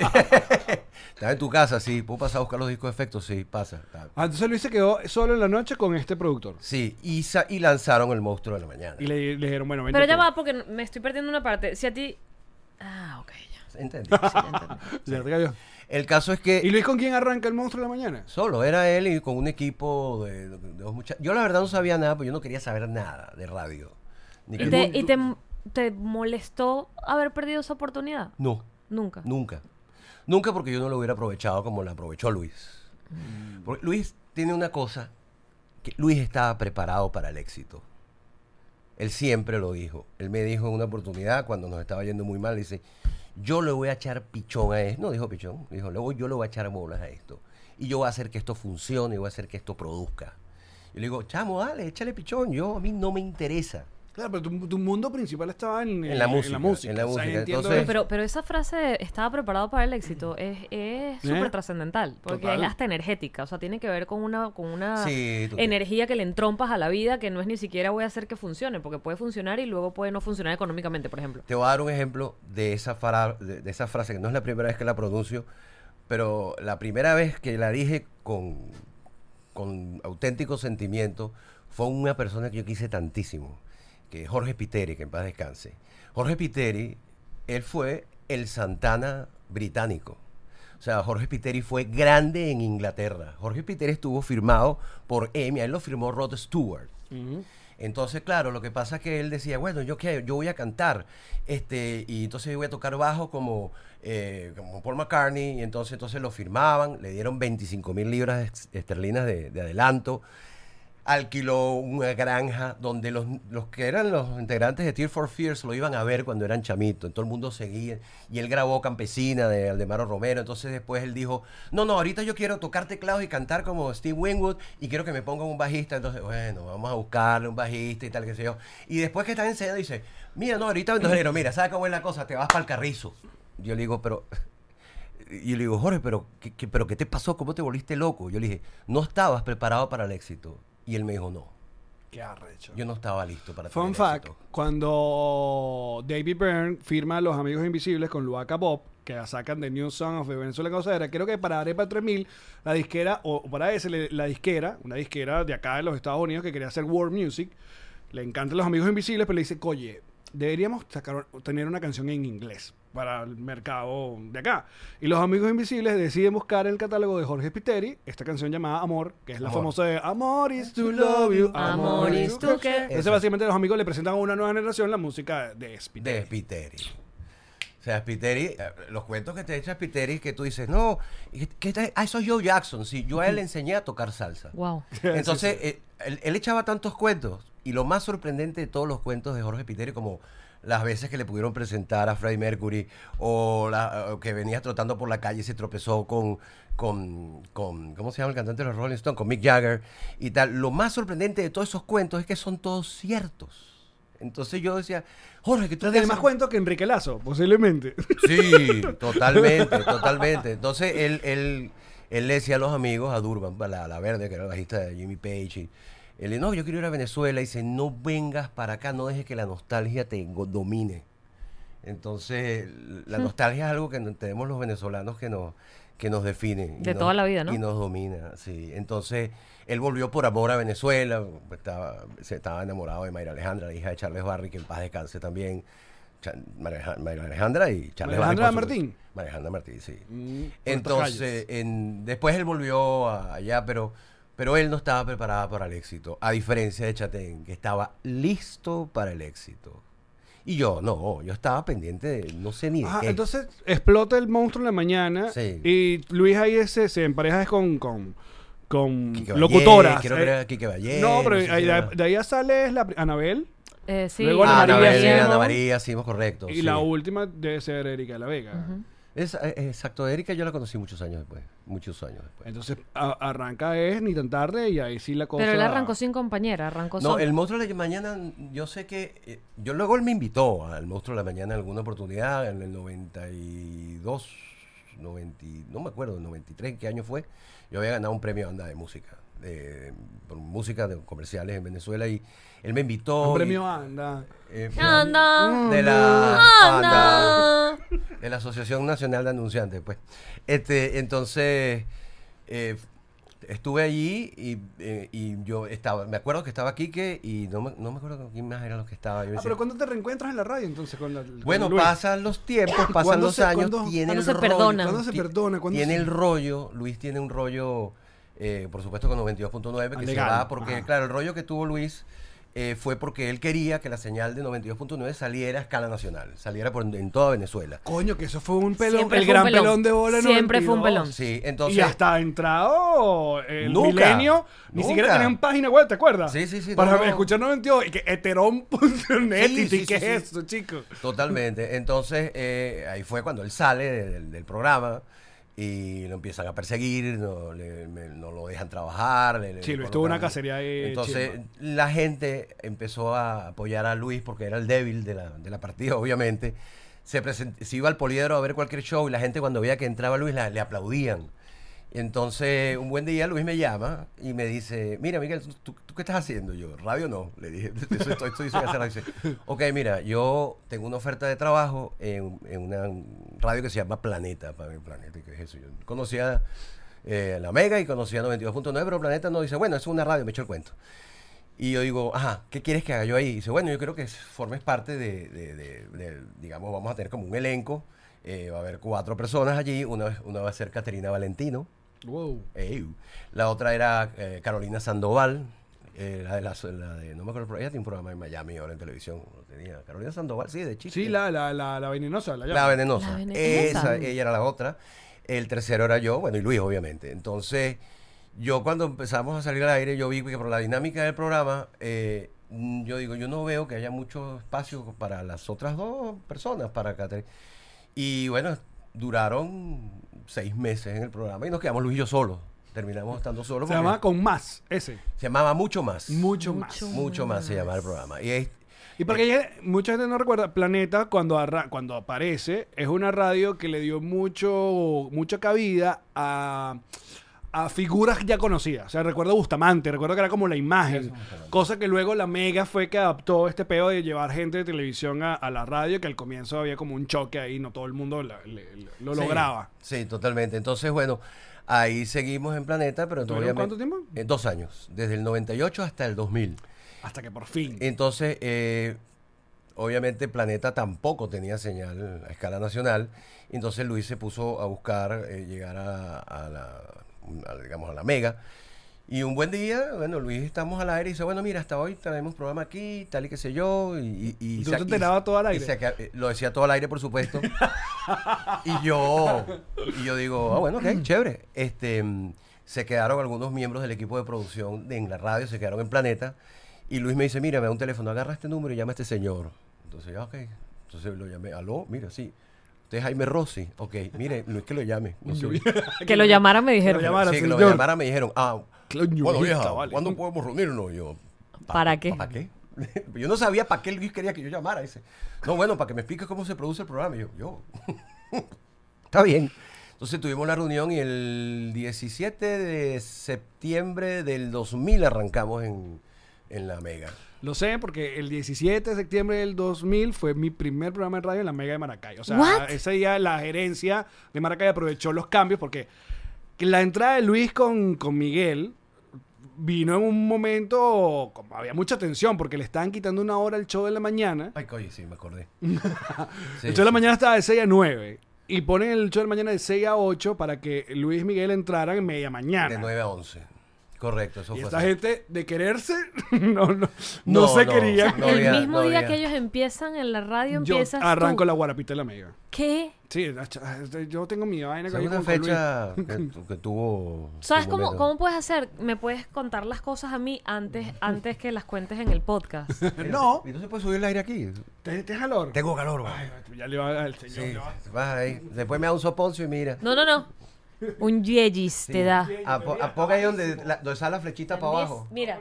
Speaker 5: Estaba en tu casa, sí, ¿puedo pasar a buscar los discos de efectos? Sí, pasa. está.
Speaker 3: Ah, entonces Luis se quedó solo en la noche con este productor.
Speaker 5: Sí, y, sa- y lanzaron el monstruo de la mañana.
Speaker 3: Y le, le dijeron, bueno, vente
Speaker 4: Pero ya
Speaker 3: tú.
Speaker 4: va, porque me estoy perdiendo una parte. Si a ti. Ah, ok, ya.
Speaker 5: ¿Entendí?
Speaker 3: Ya te cayó.
Speaker 5: El caso es que...
Speaker 3: ¿Y Luis con quién arranca el monstruo de la mañana?
Speaker 5: Solo, era él y con un equipo de, de dos muchachos. Yo la verdad no sabía nada, pero yo no quería saber nada de radio. Ni
Speaker 4: ¿Y,
Speaker 5: que-
Speaker 4: te, y te, te molestó haber perdido esa oportunidad?
Speaker 5: No,
Speaker 4: Nunca.
Speaker 5: nunca. Nunca porque yo no lo hubiera aprovechado como la aprovechó Luis. Porque Luis tiene una cosa, que Luis estaba preparado para el éxito. Él siempre lo dijo. Él me dijo en una oportunidad, cuando nos estaba yendo muy mal, dice, yo le voy a echar pichón a esto. No dijo pichón, dijo, luego yo le voy a echar bolas a esto. Y yo voy a hacer que esto funcione, y voy a hacer que esto produzca. Yo le digo, chamo, dale, échale pichón. Yo, a mí no me interesa.
Speaker 3: Claro, pero tu, tu mundo principal estaba en, eh,
Speaker 5: En la música,
Speaker 3: En la música.
Speaker 5: en la
Speaker 3: O sea,
Speaker 5: música,
Speaker 3: entiendo
Speaker 5: entonces-
Speaker 3: eso.
Speaker 4: Pero, pero esa frase de estaba preparado para el éxito es es súper trascendental, porque
Speaker 3: ¿Eh? Total.
Speaker 4: es hasta energética, o sea, tiene que ver con una, con una
Speaker 5: Sí, tú-
Speaker 4: energía que le entrompas a la vida que no es ni siquiera voy a hacer que funcione, porque puede funcionar y luego puede no funcionar económicamente, por ejemplo.
Speaker 5: Te voy a dar un ejemplo de esa, fara- de, de esa frase, que no es la primera vez que la pronuncio, pero la primera vez que la dije con, con auténtico sentimiento fue una persona que yo quise tantísimo, que es Jorge Piteri, que en paz descanse. Jorge Piteri, él fue el Santana británico. O sea, Jorge Piteri fue grande en Inglaterra. Jorge Piteri estuvo firmado por EMI, él lo firmó Rod Stewart. Entonces, claro, lo que pasa es que él decía, bueno, yo qué, yo voy a cantar, este, y entonces yo voy a tocar bajo como, eh, como Paul McCartney, y entonces, entonces lo firmaban, le dieron 25 mil libras ex- esterlinas de, de adelanto, alquiló una granja donde los, los que eran los integrantes de Tear for Fears lo iban a ver cuando eran chamitos. Todo el mundo seguía. Y él grabó Campesina de Aldemaro Romero. Entonces después él dijo, no, no, ahorita yo quiero tocar teclados y cantar como Steve Winwood y quiero que me pongan un bajista. Entonces, bueno, vamos a buscarle un bajista y tal, qué sé yo. Y después que está enseñando dice, mira, no, ahorita, entonces, pero mira, ¿sabes cómo es la cosa? Te vas para el carrizo. Yo le digo, pero y yo le digo, Jorge, ¿pero qué, qué- ¿pero qué te pasó? ¿Cómo te volviste loco? Yo le dije, no estabas preparado para el éxito. Y él me dijo, no,
Speaker 3: Qué arrecho.
Speaker 5: yo no estaba listo para
Speaker 3: Fun
Speaker 5: tener
Speaker 3: fact,
Speaker 5: éxito.
Speaker 3: cuando David Byrne firma Los Amigos Invisibles con Luaca Bob, que la sacan de New Song of the Venezuelan Causadera, creo que para Arepa 3000, la disquera, o o para ese, le- la disquera, una disquera de acá de los Estados Unidos que quería hacer World Music, le encantan Los Amigos Invisibles, pero le dice, oye, deberíamos sacar, tener una canción en inglés para el mercado de acá. Y Los Amigos Invisibles deciden buscar en el catálogo de Jorge Spiteri esta canción llamada Amor, que es la
Speaker 5: Amor.
Speaker 3: famosa de Amor is to love you,
Speaker 4: Amor is to care.
Speaker 3: entonces,
Speaker 5: Eso.
Speaker 3: básicamente, los amigos le presentan a una nueva generación la música de Spiteri.
Speaker 5: De Spiteri. O sea, Spiteri, eh, los cuentos que te echa Spiteri que tú dices, no, y que- que- ah, eso es Joe Jackson. Sí, yo a él le enseñé a tocar salsa.
Speaker 4: Wow.
Speaker 5: Entonces, eh, él, él echaba tantos cuentos. Y lo más sorprendente de todos los cuentos de Jorge Piteri, como las veces que le pudieron presentar a Freddie Mercury, o, la- o que venías trotando por la calle y se tropezó con, con, con- ¿cómo se llama el cantante de los Rolling Stones? Con Mick Jagger y tal. Lo más sorprendente de todos esos cuentos es que son todos ciertos. Entonces yo decía, Jorge, que tú
Speaker 3: Entonces, tiene
Speaker 5: haces-
Speaker 3: más cuento que Enrique Lazo, posiblemente.
Speaker 5: Sí, totalmente, totalmente. Entonces él, él, él le decía a los amigos, a Durban, a la, a la verde, que era el bajista de Jimmy Page, y él le no, yo quiero ir a Venezuela. Y dice, no vengas para acá, no dejes que la nostalgia te go- domine. Entonces, la
Speaker 4: Hmm.
Speaker 5: nostalgia es algo que no- tenemos los venezolanos que nos, que nos define. y
Speaker 4: De
Speaker 5: nos-
Speaker 4: toda la vida, ¿no?
Speaker 5: Y nos domina, sí. Entonces, él volvió por amor a Venezuela, estaba, se estaba enamorado de Mayra Alejandra, la hija de Charles Barry, que en paz descanse también. Cha- María María Alejandra y Charles
Speaker 3: María
Speaker 5: Barry,
Speaker 3: Alejandra
Speaker 5: por supuesto.
Speaker 3: Martín. Mm,
Speaker 5: María Alejandra Martín, sí.
Speaker 3: por
Speaker 5: Entonces, en- después él volvió a- allá, pero, pero él no estaba preparado para el éxito. A diferencia de Chatén, que estaba listo para el éxito. Y yo, no, yo estaba pendiente de, no sé ni de
Speaker 3: Ah,
Speaker 5: qué.
Speaker 3: entonces explota el monstruo en la mañana
Speaker 5: Sí.
Speaker 3: y Luis ahí se, se empareja es con, con, con
Speaker 5: Quique Valle,
Speaker 3: locutoras.
Speaker 5: Creo que
Speaker 3: Eh,
Speaker 5: era Quique Valle.
Speaker 3: no, pero
Speaker 5: sé si
Speaker 3: ahí- de,
Speaker 5: era-
Speaker 3: ahí- de ahí ya sale es la pri- Anabel
Speaker 4: Eh, sí,
Speaker 3: Luego Ana
Speaker 5: Ah, Ana
Speaker 3: María
Speaker 5: María,
Speaker 3: Sierra.
Speaker 5: Ana María, sí, correcto.
Speaker 3: y
Speaker 5: sí.
Speaker 3: la última debe ser Erika de la Vega.
Speaker 5: Esa- eh, exacto, Erika yo la conocí muchos años después. Muchos años después.
Speaker 3: Entonces a- arranca es ni tan tarde y ahí sí la cosa.
Speaker 4: Pero él arrancó sin compañera, arrancó
Speaker 5: No,
Speaker 4: solo.
Speaker 5: el monstruo de la mañana, yo sé que. eh, yo luego él me invitó al monstruo de la mañana en alguna oportunidad, en el 92, 90, y- no me acuerdo, 93, qué año fue. Yo había ganado un premio a banda de música, de, por música de comerciales en Venezuela, y él me invitó.
Speaker 3: Un
Speaker 5: y-
Speaker 3: premio Ah, anda.
Speaker 5: eh,
Speaker 4: Anda,
Speaker 5: De la. banda
Speaker 4: anda.
Speaker 5: de la Asociación Nacional de Anunciantes, pues. Este, entonces, eh, estuve allí y, eh, y yo estaba, me acuerdo que estaba Quique y no me, no me acuerdo con quién más eran los que estaba. Yo
Speaker 3: Ah,
Speaker 5: decía,
Speaker 3: pero ¿cuándo te reencuentras en la radio entonces con la- con
Speaker 5: bueno,
Speaker 3: Luis?
Speaker 5: pasan los tiempos, pasan
Speaker 3: ¿Cuándo
Speaker 5: los
Speaker 3: se-
Speaker 5: años,
Speaker 3: cuándo-
Speaker 5: tiene
Speaker 4: cuándo
Speaker 5: el
Speaker 4: se
Speaker 5: rollo.
Speaker 4: perdonan?
Speaker 3: ¿Cuándo se
Speaker 5: ti-
Speaker 3: perdona? ¿Cuándo
Speaker 5: tiene
Speaker 3: se-
Speaker 5: el rollo, Luis tiene un rollo, eh, por supuesto con 92.9, que
Speaker 3: Ah, Legal,
Speaker 5: se va porque,
Speaker 3: ajá.
Speaker 5: claro, el rollo que tuvo Luis eh, fue porque él quería que la señal de 92.9 saliera a escala nacional, saliera por, en toda Venezuela.
Speaker 3: Coño, que eso fue un pelón,
Speaker 4: Siempre
Speaker 3: el
Speaker 4: fue un
Speaker 3: gran
Speaker 4: pelón.
Speaker 3: pelón. de bola. en
Speaker 4: Siempre fue un
Speaker 3: 92.
Speaker 4: pelón.
Speaker 5: Sí, entonces...
Speaker 3: y hasta entrado el
Speaker 5: Nunca,
Speaker 3: milenio, ni
Speaker 5: nunca.
Speaker 3: siquiera tenían página web, ¿te acuerdas?
Speaker 5: Sí, sí, sí,
Speaker 3: Para
Speaker 5: no, no.
Speaker 3: escuchar 92 y que heterón.net
Speaker 5: Sí,
Speaker 3: y
Speaker 5: sí,
Speaker 3: qué
Speaker 5: sí,
Speaker 3: es
Speaker 5: sí.
Speaker 3: eso, chicos.
Speaker 5: Totalmente. Entonces, eh, ahí fue cuando él sale de- del, del programa y lo empiezan a perseguir, no, le- me- no lo dejan trabajar. le- le
Speaker 3: Sí, Luis
Speaker 5: colocan-
Speaker 3: tuvo una cacería ahí
Speaker 5: Entonces,
Speaker 3: chimba.
Speaker 5: la gente empezó a apoyar a Luis porque era el débil de la, de la partida, obviamente. Se, present- se iba al poliedro a ver cualquier show y la gente cuando veía que entraba Luis la- le aplaudían. Entonces, un buen día Luis me llama y me dice, mira Miguel, ¿tú, tú- tú qué estás haciendo? Yo, radio no, le dije, "De eso estoy, estoy sin hacer radio". Dice, ok, mira, yo tengo una oferta de trabajo en, en una radio que se llama Planeta, para mí, Planeta, ¿qué es eso? Yo conocía eh, la Mega y conocía 92.9, pero Planeta no dice, bueno, es una radio, me echo el cuento. Y yo digo, ajá, ¿qué quieres que haga yo ahí? Y dice, bueno, yo creo que formes parte de, de- de- de- digamos, vamos a tener como un elenco. eh, va a haber cuatro personas allí. Una, una va a ser Caterina Valentino.
Speaker 3: Wow.
Speaker 5: ey. La otra era eh, Carolina Sandoval. eh, la de la, la de, no me acuerdo, ella tiene un programa en Miami ahora en televisión. lo tenía. Carolina Sandoval, sí, de chica.
Speaker 3: Sí, la, la, la, la venenosa, la
Speaker 5: La
Speaker 3: llama.
Speaker 5: venenosa.
Speaker 4: La venenosa.
Speaker 5: Esa, ella era la otra. El tercero era yo, bueno, y Luis, obviamente. Entonces, Yo cuando empezamos a salir al aire, yo vi que por la dinámica del programa, eh, mm, yo digo, yo no veo que haya mucho espacio para las otras dos personas, para Catherine. Y bueno, duraron seis meses en el programa y nos quedamos Luis y yo solos. Terminamos estando solos.
Speaker 3: Se
Speaker 5: porque
Speaker 3: llamaba con más, ese.
Speaker 5: se llamaba Mucho Más.
Speaker 3: Mucho, más.
Speaker 5: Mucho Más se llamaba el programa. Y es-
Speaker 3: Y porque ya- mucha gente no recuerda, Planeta cuando, arra- cuando aparece es una radio que le dio mucho mucha cabida a, a figuras ya conocidas. O sea, recuerdo a Bustamante, recuerdo que era como la imagen. Cosa que luego la Mega fue que adaptó este pedo de llevar gente de televisión a, a la radio, que al comienzo había como un choque ahí, no todo el mundo la- le- le- lo
Speaker 5: Sí,
Speaker 3: lograba.
Speaker 5: Sí, totalmente. Entonces, bueno, ahí seguimos en Planeta, pero
Speaker 3: ¿Tuvieron
Speaker 5: obviamente-
Speaker 3: cuánto tiempo?
Speaker 5: Eh, dos años, desde el 98 hasta el 2000.
Speaker 3: Hasta que por fin.
Speaker 5: Entonces, eh, obviamente Planeta tampoco tenía señal a escala nacional. Entonces Luis se puso a buscar eh, llegar a, a la, a, digamos, a la mega. Y un buen día, bueno, Luis estamos al aire y dice, bueno, mira, hasta hoy traemos programa aquí, tal y qué sé yo. Y, y, y
Speaker 3: ¿Tú
Speaker 5: se-
Speaker 3: te
Speaker 5: y-
Speaker 3: enterabas todo al
Speaker 5: y
Speaker 3: aire?
Speaker 5: se aca- eh, lo decía todo al aire, por supuesto. y yo y yo digo, ah, bueno, ok, chévere. Este, mm, se quedaron algunos miembros del equipo de producción de, en la radio, se quedaron en Planeta. Y Luis me dice, mira, me da un teléfono, agarra este número y llama a este señor. Entonces, ah, ok. Entonces lo llamé, aló, mira, sí. Usted es Jaime Rossi. Ok, mire, Luis, que lo llame. No sé.
Speaker 4: Que lo llamara me
Speaker 3: Lo
Speaker 4: dijeron.
Speaker 3: llamaba- llamara,
Speaker 5: Sí, que lo
Speaker 3: señor.
Speaker 5: llamara, me dijeron, ah,
Speaker 3: Coño,
Speaker 5: bueno, vieja,
Speaker 3: vieja, vale.
Speaker 5: ¿cuándo podemos reunirnos? Y Yo,
Speaker 4: ¿Para qué?
Speaker 5: ¿Para qué? yo no sabía para qué Luis quería que yo llamara. Dice, no, bueno, para que me expliques cómo se produce el programa. Y yo, yo. Está bien. Entonces tuvimos la reunión y el 17 de septiembre del 2000 arrancamos en, en la Mega.
Speaker 3: Lo sé porque el 17 de septiembre del 2000 fue mi primer programa de radio en la Mega de Maracay. O sea,
Speaker 1: What?
Speaker 3: ese día la gerencia de Maracay aprovechó los cambios porque la entrada de Luis con, con Miguel vino en un momento como había mucha tensión porque le estaban quitando una hora al show de la mañana.
Speaker 5: Ay, coño, sí, me acordé. Sí,
Speaker 3: El show de la
Speaker 5: sí.
Speaker 3: mañana estaba de 6 a 9 y ponen el show de la mañana de 6 a 8 para que Luis y Miguel entraran en media mañana.
Speaker 5: De 9 a 11. Correcto, eso
Speaker 3: y
Speaker 5: fue.
Speaker 3: esta
Speaker 5: así.
Speaker 3: gente de quererse no, no, no, se
Speaker 5: no.
Speaker 3: quería.
Speaker 5: No
Speaker 4: el
Speaker 5: había-
Speaker 4: mismo
Speaker 5: no
Speaker 4: día
Speaker 5: había.
Speaker 4: que ellos empiezan en la radio,
Speaker 3: Yo
Speaker 4: empiezas
Speaker 3: arranco
Speaker 4: tú.
Speaker 3: la guarapita de la mega.
Speaker 4: ¿Qué?
Speaker 3: Sí, la cha- este, yo tengo mi vaina.
Speaker 5: Esa es una
Speaker 3: con- con
Speaker 5: fecha que, tu- que tuvo.
Speaker 4: ¿Sabes
Speaker 5: su
Speaker 4: cómo,
Speaker 5: momento.
Speaker 4: cómo puedes hacer? Me puedes contar las cosas a mí antes, antes que las cuentes en el podcast.
Speaker 3: Luis. No,
Speaker 5: ¿Y no se puede subir pues, el aire aquí?
Speaker 3: te, te calor.
Speaker 5: Tengo calor, va.
Speaker 3: Ya le va al señor.
Speaker 5: Sí,
Speaker 3: ya va.
Speaker 5: vas ahí. Después me da un soponcio y mira.
Speaker 4: No, no, no. Un yegis te da.
Speaker 5: A, po- a poco ahí donde, la- donde está la flechita para abajo.
Speaker 4: Mira,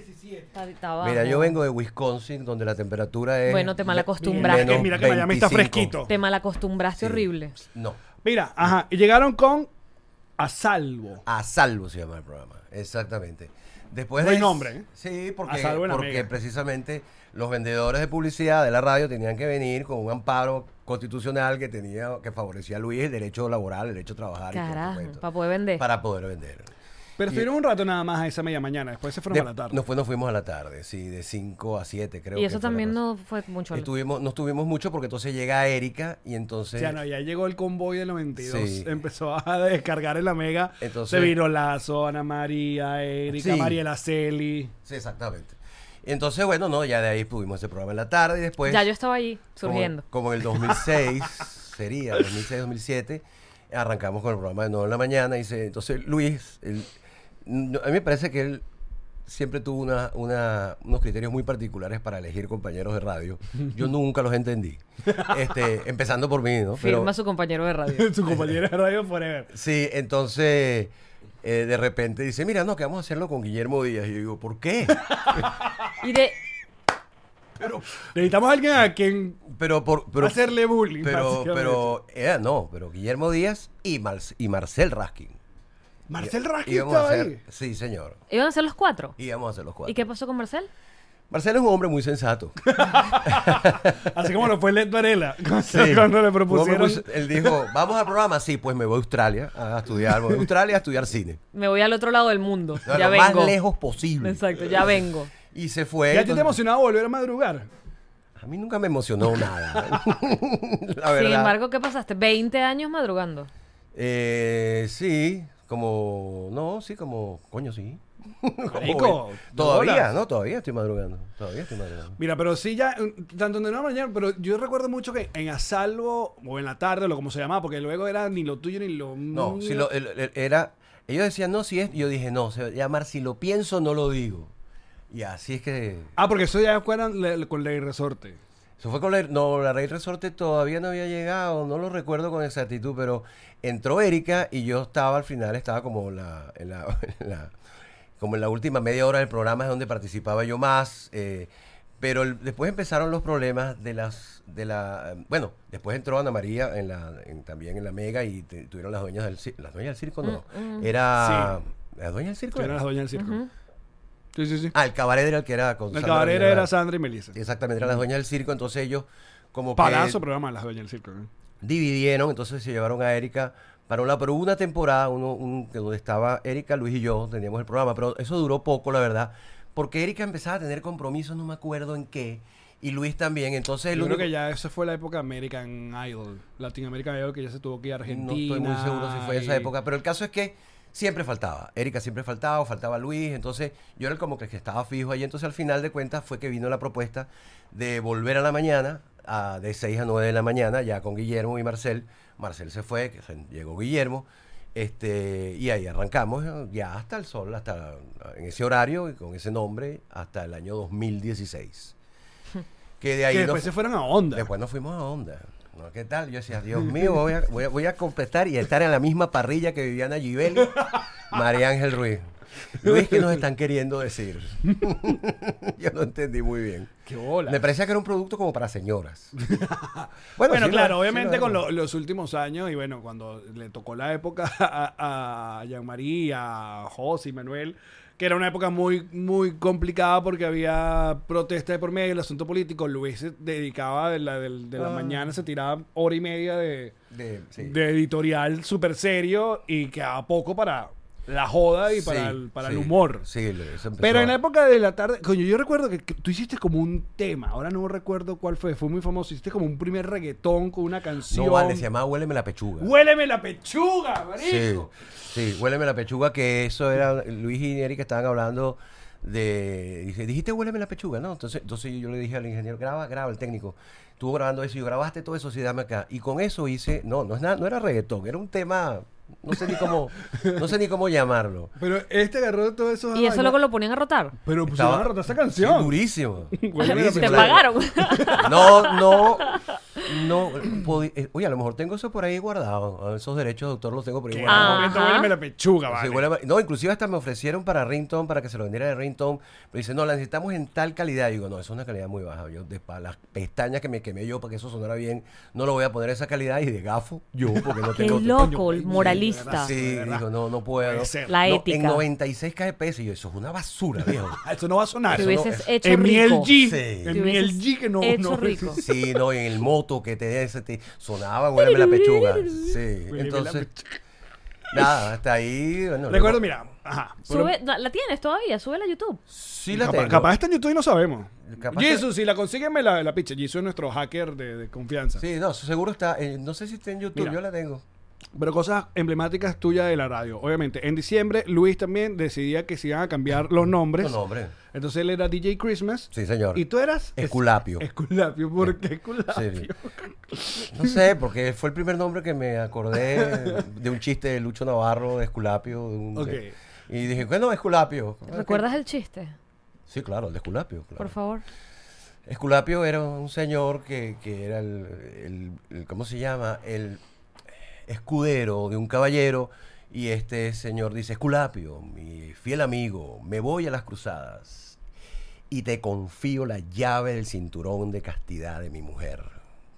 Speaker 4: está, está abajo.
Speaker 5: Mira, yo vengo de Wisconsin, donde la temperatura es.
Speaker 4: Bueno, te malacostumbraste.
Speaker 5: menos
Speaker 3: Que mira que Miami está
Speaker 5: 25.
Speaker 3: fresquito.
Speaker 4: Te malacostumbraste
Speaker 5: Sí.
Speaker 4: horrible.
Speaker 5: No,
Speaker 3: Mira, ajá. Y llegaron con A Salvo.
Speaker 5: a salvo se llama el programa. Exactamente. Después
Speaker 3: Buen
Speaker 5: de-
Speaker 3: nombre, ¿eh?
Speaker 5: Sí,
Speaker 3: A
Speaker 5: porque,
Speaker 3: salvo en la
Speaker 5: porque
Speaker 3: mega.
Speaker 5: precisamente los vendedores de publicidad de la radio tenían que venir con un amparo constitucional que tenía que favorecía a Luis el derecho laboral, el derecho a trabajar. y todo este
Speaker 4: Carajo,
Speaker 5: cuento,
Speaker 4: para poder vender.
Speaker 5: para poder vender.
Speaker 3: Pero estuvieron un rato nada más a esa media mañana. Después se fueron
Speaker 5: De-
Speaker 3: a la tarde.
Speaker 5: Nos, fue- nos fuimos a la tarde, sí, de 5 a 7 creo.
Speaker 4: y
Speaker 5: que
Speaker 4: eso
Speaker 5: fue la
Speaker 4: también
Speaker 5: cosa.
Speaker 4: no fue mucho.
Speaker 5: Estuvimos, no estuvimos mucho porque entonces llega Erika y
Speaker 3: O
Speaker 5: entonces.
Speaker 3: sea, no, ya llegó el convoy del 92.
Speaker 5: Sí.
Speaker 3: Empezó a descargar en la mega.
Speaker 5: Entonces-
Speaker 3: se vino Lazo, Ana María, Erika,
Speaker 5: Sí.
Speaker 3: Mariela Celi.
Speaker 5: Sí, exactamente. Entonces, bueno, no, ya de ahí tuvimos ese programa en la tarde y después.
Speaker 4: ya yo estaba ahí,
Speaker 5: como-
Speaker 4: surgiendo.
Speaker 5: Como, en el 2006, sería, 2006-2007, arrancamos con el programa de 9 de la mañana. Y se- entonces, Luis, él- no, a mí me parece que él siempre tuvo una, una- unos criterios muy particulares para elegir compañeros de radio. Yo nunca los entendí. Este, empezando por mí, ¿no? Pero-
Speaker 4: Firma su compañero de radio.
Speaker 3: Su compañera de radio Forever.
Speaker 5: Sí, entonces eh, de repente dice, mira, no, que vamos a hacerlo con Guillermo Díaz. Y yo digo, ¿por qué?
Speaker 4: Y de,
Speaker 3: Necesitamos a alguien a quien
Speaker 5: Pero, por, pero,
Speaker 3: hacerle bullying.
Speaker 5: pero,
Speaker 3: básicamente.
Speaker 5: pero, eh, no, pero Guillermo Díaz y, Mar- y Marcel Raskin.
Speaker 3: Marcel
Speaker 5: Y-
Speaker 3: Raskin
Speaker 5: íbamos a
Speaker 3: estaba
Speaker 5: hacer-
Speaker 3: ahí.
Speaker 5: Sí, señor.
Speaker 4: iban a ser los cuatro.
Speaker 5: Íbamos a hacer los cuatro.
Speaker 4: ¿Y qué pasó con Marcel?
Speaker 5: Marcel es un hombre muy sensato.
Speaker 3: Así como lo fue Led Varela cuando,
Speaker 5: Sí.
Speaker 3: cuando le
Speaker 5: Un hombre
Speaker 3: propusieron.
Speaker 5: muy sen- él dijo, vamos al programa. Sí, pues me voy a Australia a estudiar. Voy a Australia a estudiar cine.
Speaker 4: Me voy al otro lado del mundo.
Speaker 5: No,
Speaker 4: ya
Speaker 5: lo
Speaker 4: vengo.
Speaker 5: más lejos posible.
Speaker 4: Exacto, ya vengo.
Speaker 5: Y se fue.
Speaker 3: ¿Y a ti te
Speaker 5: entonces-
Speaker 3: emocionaba volver a madrugar?
Speaker 5: a mí nunca me emocionó nada. La
Speaker 4: Sin
Speaker 5: verdad.
Speaker 4: embargo, ¿qué pasaste? 20 años madrugando.
Speaker 5: Eh, sí, como. No, sí, como. Coño, sí. Como
Speaker 3: Marico,
Speaker 5: ve- todavía,
Speaker 3: bolas.
Speaker 5: ¿no? Todavía estoy madrugando. Todavía estoy madrugando.
Speaker 3: Mira, pero sí ya, mm, tanto en una mañana, pero yo recuerdo mucho que en Asalvo, o en la tarde, o lo como se llamaba, porque luego era ni lo tuyo ni lo
Speaker 5: No,
Speaker 3: mío.
Speaker 5: si lo- el- el- era. Ellos decían, no, si es. Yo dije, no, se va a llamar si lo pienso, no lo digo. Y así es que.
Speaker 3: Ah, porque eso ya fueran le- le- con Ley Resorte.
Speaker 5: Eso fue con la. No, la Rey Resorte todavía no había llegado, no lo recuerdo con exactitud, pero entró Erika y yo estaba al final, estaba como la. en la- en la- como en la última media hora del programa es donde participaba yo más. eh, pero el- después empezaron los problemas de las. de la Bueno, después entró Ana María en la, en- también en la Mega y te- tuvieron las dueñas del circo. ¿Las dueñas del circo? No. Era. ¿Las dueñas del circo?
Speaker 3: Que eran las dueñas del circo. Sí, sí, sí.
Speaker 5: Ah, el cabaret era el que era con
Speaker 3: La
Speaker 5: Sandra
Speaker 3: cabarera
Speaker 5: Villalba.
Speaker 3: era Sandra y Melissa.
Speaker 5: Exactamente, eran las dueñas del circo, entonces ellos como que
Speaker 3: Palazo programa las dueñas del circo. ¿eh?
Speaker 5: dividieron, entonces se llevaron a Erika para un lado, pero hubo una temporada uno, un- que donde estaba Erika, Luis y yo, teníamos el programa, pero eso duró poco, la verdad, porque Erika empezaba a tener compromisos, no me acuerdo en qué, y Luis también, entonces el
Speaker 3: Yo creo
Speaker 5: único-
Speaker 3: que ya esa fue la época American Idol, Latin American Idol, que ya se tuvo que ir a Argentina.
Speaker 5: No estoy muy seguro si fue esa
Speaker 3: y-
Speaker 5: época, pero el caso es que siempre faltaba. Erika siempre faltaba, o faltaba Luis, entonces yo era como que, que estaba fijo ahí. Entonces al final de cuentas fue que vino la propuesta de volver a la mañana, a- de 6 a 9 de la mañana, ya con Guillermo y Marcel. Marcel se fue, que se- llegó Guillermo. Este, y ahí arrancamos eh, ya hasta el sol, hasta en ese horario y con ese nombre, hasta el año 2016. Que de ahí
Speaker 3: Que
Speaker 5: nos-
Speaker 3: después se fueron a Onda.
Speaker 5: Después nos fuimos a Onda. No, ¿Qué tal? Yo decía, Dios mío, voy a, voy a- voy a completar y estar en la misma parrilla que Viviana Givel, María Ángel Ruiz. Luis, ¿qué nos están queriendo decir? Yo no entendí muy bien.
Speaker 3: ¡Qué bola!
Speaker 5: Me parecía que era un producto como para señoras.
Speaker 3: Bueno,
Speaker 5: sí lo-
Speaker 3: claro,
Speaker 5: sí lo
Speaker 3: obviamente
Speaker 5: era.
Speaker 3: con lo- los últimos años y bueno, cuando le tocó la época a, a Jean-Marie, a José y Manuel, que era una época muy, muy complicada porque había protesta de por medio, el asunto político, Luis se dedicaba de la, del- de la mañana, se tiraba hora y media de,
Speaker 5: De- Ah. sí.
Speaker 3: de editorial súper serio y quedaba poco para la joda y para
Speaker 5: Sí,
Speaker 3: el, para
Speaker 5: sí,
Speaker 3: el humor.
Speaker 5: Sí, lo- eso empezó
Speaker 3: Pero en
Speaker 5: a-
Speaker 3: la época de la tarde, coño, yo recuerdo que, que tú hiciste como un tema, ahora no recuerdo cuál fue, fue muy famoso, hiciste como un primer reggaetón con una canción.
Speaker 5: No vale, se llamaba Huéleme la pechuga.
Speaker 3: Huéleme la pechuga,
Speaker 5: Sí,
Speaker 3: marico.
Speaker 5: sí, huéleme la pechuga, que eso era, Luis y Erika estaban hablando de, dice, dijiste huéleme la pechuga, ¿no? Entonces, entonces yo le dije al ingeniero, graba, graba, el técnico, estuvo grabando eso, y yo grabaste todo eso, sí, dame acá. Y con eso hice, no, no, es nada, no era reggaetón, era un tema, no sé ni cómo, no sé ni cómo llamarlo.
Speaker 3: Pero este agarró todo eso.
Speaker 4: Y eso luego lo ponían a rotar.
Speaker 3: Pero pues
Speaker 5: Estaba-
Speaker 3: se van a rotar esa
Speaker 5: Sí,
Speaker 3: canción.
Speaker 5: durísimo.
Speaker 3: Huéleme la
Speaker 5: durísimo.
Speaker 4: Te
Speaker 5: la-
Speaker 4: pagaron.
Speaker 5: No, no, no. podi- eh, Oye, a lo mejor tengo eso por ahí guardado. Esos derechos de autor los tengo por ahí
Speaker 3: Que en
Speaker 5: guardados.
Speaker 3: algún momento,
Speaker 4: Ajá.
Speaker 3: huéleme la pechuga,
Speaker 5: O sea,
Speaker 3: vale.
Speaker 5: igual a- no, inclusive hasta me ofrecieron para Rington, para que se lo vendiera de Rington. Pero dice, no, la necesitamos en tal calidad. Y digo, no, eso es una calidad muy baja. Yo, de, para las pestañas que me quemé yo para que eso sonara bien, no lo voy a poner esa calidad. Y de gafo, yo, porque no
Speaker 4: Qué
Speaker 5: tengo.
Speaker 4: loco, el
Speaker 3: sí, de
Speaker 4: moralista.
Speaker 5: Sí, digo, no, no puedo.
Speaker 3: Puede ser.
Speaker 4: La
Speaker 5: No,
Speaker 4: ética.
Speaker 5: En 96 kbps. Y yo, eso es una basura, viejo.
Speaker 3: Ah, Eso no va a sonar.
Speaker 4: Te
Speaker 5: Eso
Speaker 3: Eso
Speaker 5: hubiese-
Speaker 3: no-
Speaker 4: hubieses
Speaker 5: no-
Speaker 4: hecho
Speaker 3: en mi
Speaker 4: rico.
Speaker 3: LG.
Speaker 5: Sí.
Speaker 4: Te
Speaker 3: En mi
Speaker 4: hubieses
Speaker 3: LG que no.
Speaker 4: hecho
Speaker 3: no-
Speaker 4: rico.
Speaker 5: Sí, no, y en el moto que te, ese te- sonaba, huéleme la pechuga. Sí,
Speaker 3: Huéleme la
Speaker 5: entonces. Nada, hasta ahí. bueno,
Speaker 3: Recuerdo,
Speaker 5: luego-
Speaker 3: mira. Ajá. pero-
Speaker 4: Sube- la, la tienes todavía, sube a YouTube.
Speaker 5: Sí, la
Speaker 3: capaz,
Speaker 5: tengo.
Speaker 3: capaz está en YouTube y no sabemos.
Speaker 5: Capaz
Speaker 3: Jesus, si la consiguen, me la, la picha. Jesus es nuestro hacker de, de confianza.
Speaker 5: Sí, no, seguro está. eh, no sé si está en YouTube,
Speaker 3: Mira.
Speaker 5: yo la tengo.
Speaker 3: Pero cosas emblemáticas tuyas de la radio. Obviamente, en diciembre, Luis también decidía que se iban a cambiar los nombres.
Speaker 5: No, hombre.
Speaker 3: Entonces él era DJ Christmas.
Speaker 5: Sí, señor.
Speaker 3: Y tú eras.
Speaker 5: Esculapio.
Speaker 3: Esculapio. ¿Por qué Esculapio?
Speaker 5: Sí. No sé, porque fue el primer nombre que me acordé de un chiste de Lucho Navarro, de Esculapio. de un-
Speaker 3: Ok.
Speaker 5: de- y dije, bueno, Esculapio.
Speaker 4: ¿Recuerdas el chiste?
Speaker 5: Sí, claro, el de Esculapio. claro.
Speaker 4: Por favor.
Speaker 5: Esculapio era un señor que, que era el, el- el- ¿cómo se llama? El escudero de un caballero y este señor dice, Esculapio, mi fiel amigo, me voy a las cruzadas y te confío la llave del cinturón de castidad de mi mujer.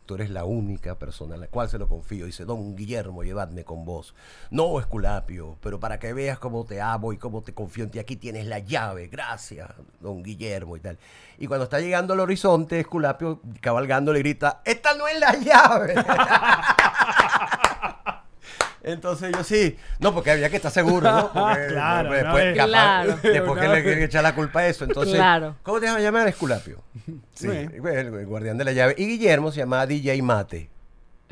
Speaker 5: Tú eres la única persona a la cual se lo confío. Dice, don Guillermo, llevadme con vos. No, Esculapio, pero para que veas cómo te amo y cómo te confío en ti, aquí tienes la llave. Gracias, don Guillermo y tal. Y cuando está llegando al horizonte, Esculapio, cabalgando, le grita, esta no es la llave. Entonces yo sí, no, porque había que estar seguro, ¿no? Porque
Speaker 3: Claro,
Speaker 5: después,
Speaker 3: una vez.
Speaker 5: capaz-
Speaker 4: Claro.
Speaker 5: después que le quieren echar la culpa a eso. Entonces,
Speaker 4: Claro.
Speaker 5: ¿cómo te vas a llamar? Esculapio. Sí,
Speaker 3: Eh.
Speaker 5: el, el guardián de la llave. Y Guillermo se llamaba DJ Mate.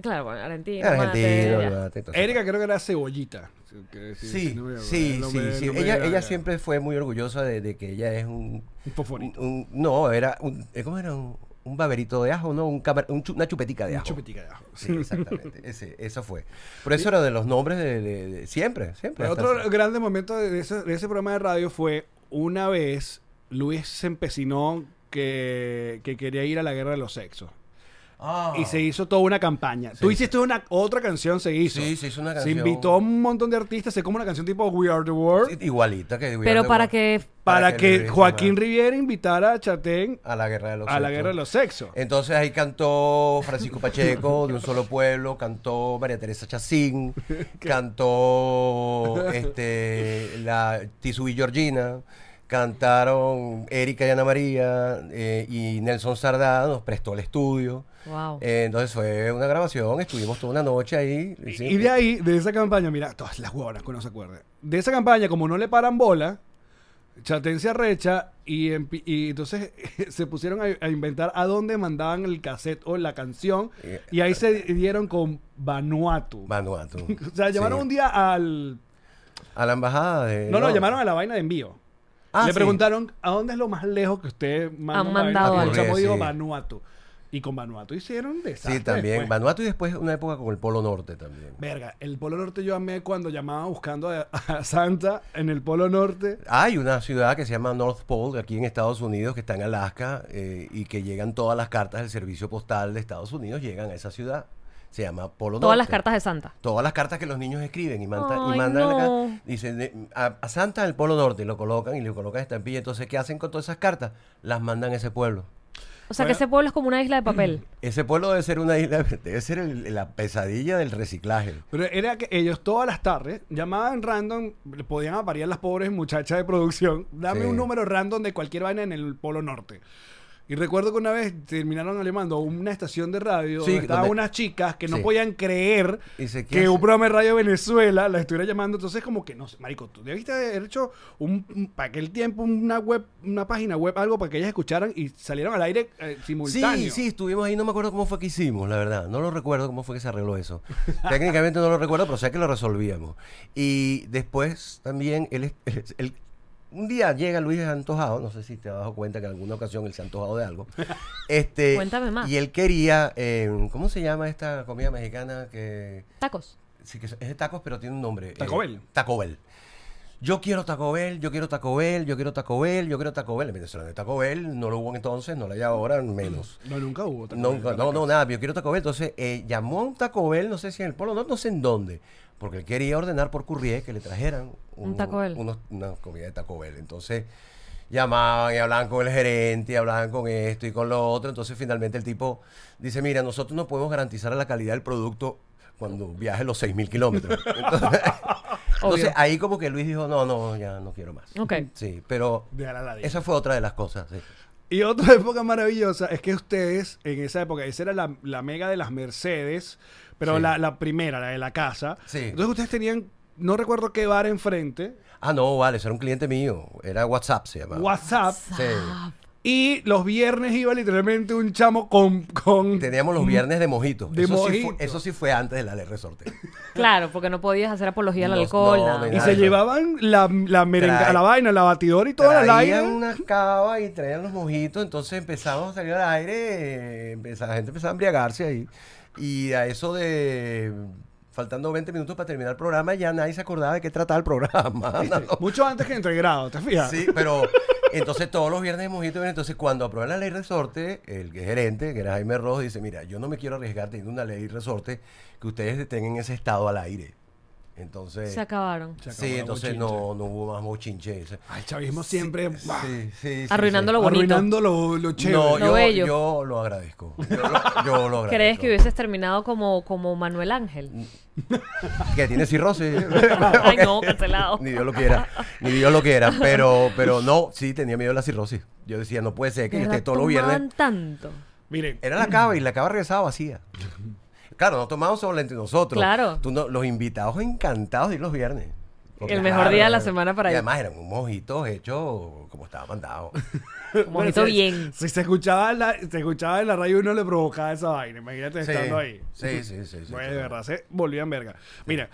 Speaker 4: Claro, bueno, Argentina.
Speaker 5: Argentino,
Speaker 4: mate, ya.
Speaker 5: mate, entonces- pues.
Speaker 3: Erika creo que era cebollita. Sí, que-
Speaker 5: Sí,
Speaker 3: no me-
Speaker 5: sí,
Speaker 3: no me-
Speaker 5: sí, sí.
Speaker 3: no me-
Speaker 5: Ella, ella siempre fue muy orgullosa de, de que ella es un...
Speaker 3: Un fosforito.
Speaker 5: un- no, era un... eh, ¿Cómo era? Un, un baberito de ajo, ¿no? Un caber- un chu- una chupetica de ajo.
Speaker 3: Chupetica de ajo.
Speaker 5: Sí, exactamente. Ese, eso fue. Pero eso era de los nombres de, de- de- siempre, siempre.
Speaker 3: Pero
Speaker 5: hasta
Speaker 3: otro
Speaker 5: hace-
Speaker 3: grande momento de ese, de ese programa de radio fue una vez Luis se empecinó que, que quería ir a la guerra de los sexos.
Speaker 5: Ah.
Speaker 3: Y se hizo toda una campaña. Tú
Speaker 5: Sí.
Speaker 3: hiciste una otra canción, se hizo.
Speaker 5: Sí, se hizo una
Speaker 3: Se
Speaker 5: canción.
Speaker 3: invitó a un montón de artistas, se como una canción tipo We Are the World.
Speaker 5: Sí, Igualita que
Speaker 4: Pero
Speaker 5: igualita
Speaker 4: para
Speaker 5: igual-
Speaker 4: que
Speaker 3: para,
Speaker 5: para que
Speaker 3: que,
Speaker 5: le-
Speaker 3: Joaquín Riviera invitara a Chatén
Speaker 5: A la guerra de los
Speaker 3: a la
Speaker 5: sexos. Eh,
Speaker 3: guerra de los sexos.
Speaker 5: Entonces ahí cantó Francisco Pacheco de un solo pueblo, cantó María Teresa Chacín, cantó este la Tisu y Georgina, cantaron Erika y Ana María eh, y Nelson Sardá nos prestó el estudio.
Speaker 4: Wow.
Speaker 5: Eh, entonces fue una grabación, estuvimos toda una noche ahí.
Speaker 3: Y-
Speaker 5: sí.
Speaker 3: Y de ahí, de esa campaña, mira, todas las huevonas que no se acuerda. De esa campaña, como no le paran bola, Chatén se arrecha y, empi- y entonces se pusieron a, a inventar a dónde mandaban el cassette o la canción
Speaker 5: Eh,
Speaker 3: y ahí se dieron con Vanuatu.
Speaker 5: Vanuatu.
Speaker 3: O sea, llamaron
Speaker 5: Sí.
Speaker 3: un día al...
Speaker 5: a la embajada de
Speaker 3: No, no, llamaron a la vaina de envío.
Speaker 5: Eh, Ah,
Speaker 3: le
Speaker 5: sí.
Speaker 3: preguntaron, ¿a dónde es lo más lejos que usted manda
Speaker 4: Han
Speaker 3: una vaina?"
Speaker 4: mandado
Speaker 3: Y El
Speaker 5: algo.
Speaker 3: chamo dijo
Speaker 5: Sí.
Speaker 3: Vanuatu. Y con Vanuatu hicieron desastre.
Speaker 5: Sí, también.
Speaker 3: pues.
Speaker 5: Vanuatu y después una época con el Polo Norte también.
Speaker 3: Verga, el Polo Norte yo amé cuando llamaba buscando a, a Santa en el Polo Norte.
Speaker 5: Hay una ciudad que se llama North Pole, aquí en Estados Unidos, que está en Alaska, eh, y que llegan todas las cartas del servicio postal de Estados Unidos, llegan a esa ciudad. Se llama Polo
Speaker 4: todas
Speaker 5: Norte.
Speaker 4: las cartas de Santa.
Speaker 5: Todas las cartas que los niños escriben y, manta- y
Speaker 4: Ay,
Speaker 5: mandan acá.
Speaker 4: no.
Speaker 5: Dicen de- a, a Santa del Polo Norte y lo colocan y le colocan estampilla. Entonces, ¿qué hacen con todas esas cartas? Las mandan a ese pueblo.
Speaker 4: O sea
Speaker 3: Bueno.
Speaker 4: que ese pueblo es como una isla de papel.
Speaker 5: Ese pueblo debe ser una isla, debe ser el- la pesadilla del reciclaje.
Speaker 3: Pero era que ellos todas las tardes llamaban random, le podían aparear las pobres muchachas de producción. Dame
Speaker 5: Sí.
Speaker 3: un número random de cualquier vaina en el Polo Norte. Y recuerdo que una vez terminaron llamando a una estación de radio
Speaker 5: Sí,
Speaker 3: donde estaban
Speaker 5: donde-
Speaker 3: unas chicas que no
Speaker 5: Sí.
Speaker 3: podían creer
Speaker 5: Dice, ¿qué
Speaker 3: que un
Speaker 5: hace?
Speaker 3: programa de radio de Venezuela la estuviera llamando. Entonces, como que no sé, Marico, tú debiste haber hecho un, un- para aquel tiempo una web, una página web, algo para que ellas escucharan y salieron al aire eh, simultáneo.
Speaker 5: Sí, sí, estuvimos ahí, no me acuerdo cómo fue que hicimos, la verdad. No lo recuerdo cómo fue que se arregló eso. Técnicamente no lo recuerdo, pero sé que lo resolvíamos. Y después también, él, es- él es- él- un día llega Luis antojado, no sé si te has dado cuenta que en alguna ocasión él se ha antojado de algo. Este,
Speaker 4: Cuéntame más.
Speaker 5: Y él quería, eh, ¿cómo se llama esta comida mexicana que...
Speaker 4: Tacos.
Speaker 5: Sí, que es de tacos, pero tiene un nombre. Eh,
Speaker 3: Taco Bell.
Speaker 5: Taco Bell. Yo quiero Taco Bell, yo quiero Taco Bell, yo quiero Taco Bell, yo quiero Taco Bell. En Venezuela no hay Taco Bell, no lo hubo entonces, no lo hay ahora, menos.
Speaker 3: No, nunca hubo. Taco Bell,
Speaker 5: Nunca,
Speaker 3: ¿verdad?
Speaker 5: no, no, nada, yo quiero Taco Bell. Entonces eh, llamó a un Taco Bell, no sé si en el Polo Norte, no sé en dónde, porque él quería ordenar por Currié que le trajeran
Speaker 4: Un Taco Bell.
Speaker 5: unos- una comida de Taco Bell. Entonces llamaban y hablaban con el gerente, y hablaban con esto y con lo otro. Entonces finalmente el tipo dice, mira, nosotros no podemos garantizar la calidad del producto cuando viaje los 6.000 kilómetros. Entonces, entonces,
Speaker 4: Obvio.
Speaker 5: ahí como que Luis dijo, no, no, ya no quiero más.
Speaker 4: Ok.
Speaker 5: Sí, pero
Speaker 3: De a la ladilla.
Speaker 5: esa fue otra de las cosas. sí.
Speaker 3: Y otra época maravillosa es que ustedes, en esa época, esa era la, la mega de las Mercedes, pero
Speaker 5: Sí.
Speaker 3: la, la primera, la de la casa.
Speaker 5: Sí.
Speaker 3: Entonces ustedes tenían, no recuerdo qué bar enfrente,
Speaker 5: Ah, no, vale, eso era un cliente mío. Era WhatsApp, se llamaba.
Speaker 3: WhatsApp,
Speaker 5: Sí.
Speaker 3: y los viernes iba literalmente un chamo con... con
Speaker 5: Teníamos los viernes de mojito.
Speaker 3: De
Speaker 5: eso, Sí
Speaker 3: mojito.
Speaker 5: fue, eso sí fue antes de la ley resorte.
Speaker 4: Claro, porque no podías hacer apología al
Speaker 5: No,
Speaker 4: alcohol.
Speaker 5: no,
Speaker 4: nada.
Speaker 5: no hay
Speaker 3: y
Speaker 5: nada.
Speaker 3: se llevaban la, la merenga,
Speaker 5: Trae-
Speaker 3: la vaina, la batidora y toda la vaina.
Speaker 5: Traían unas cava y traían los mojitos, entonces empezamos a salir al aire, eh, empezaba- la gente empezaba a embriagarse ahí. Y a eso de... Faltando 20 minutos para terminar el programa, ya nadie se acordaba de qué trataba el programa. ¿no?
Speaker 3: Mucho antes que entre grado, ¿te fijas?
Speaker 5: Sí, pero entonces todos los viernes de mojito, entonces cuando aprueban la ley resorte, el que es gerente, que era Jaime Ross, dice, mira, yo no me quiero arriesgar teniendo una ley resorte que ustedes estén en ese estado al aire. Entonces,
Speaker 4: Se acabaron.
Speaker 3: Se acabó
Speaker 5: sí,
Speaker 3: la
Speaker 5: entonces
Speaker 3: bochincha.
Speaker 5: no, no hubo más mochinche. ese.
Speaker 3: Ah, El chavismo siempre bah,
Speaker 5: Sí, sí, sí,
Speaker 4: Arruinando
Speaker 5: sí.
Speaker 4: lo bonito.
Speaker 3: arruinando lo, lo chévere.
Speaker 5: No,
Speaker 4: Lo
Speaker 5: yo,
Speaker 4: bello.
Speaker 5: yo lo agradezco. Yo lo, yo lo agradezco.
Speaker 4: ¿Crees que hubieses terminado como, como Manuel Ángel?
Speaker 5: Que tiene cirrosis.
Speaker 4: Ay, no, cancelado.
Speaker 5: ni Dios lo quiera, ni Dios lo quiera, pero, pero no, sí tenía miedo de la cirrosis. Yo decía, no puede ser que yo esté
Speaker 4: ¿Verdad?
Speaker 5: todos los viernes
Speaker 4: Tomaban tanto.
Speaker 3: Miren,
Speaker 5: Era la cava y la cava regresaba vacía. Claro, no tomábamos solo entre nosotros.
Speaker 4: Claro.
Speaker 5: Tú no- los invitados encantados de ir los viernes.
Speaker 4: El mejor día de la semana para
Speaker 5: y
Speaker 4: ir.
Speaker 5: además eran un mojito hecho como estaba mandado.
Speaker 4: Como
Speaker 3: Bueno,
Speaker 4: ojito
Speaker 3: si-
Speaker 4: bien.
Speaker 3: Si se escuchaba, en la, se escuchaba en la radio, uno le provocaba esa vaina. Imagínate
Speaker 5: Sí,
Speaker 3: estando ahí.
Speaker 5: sí, sí, sí, sí,
Speaker 3: Bueno,
Speaker 5: sí.
Speaker 3: de verdad, se volvían verga. Mira,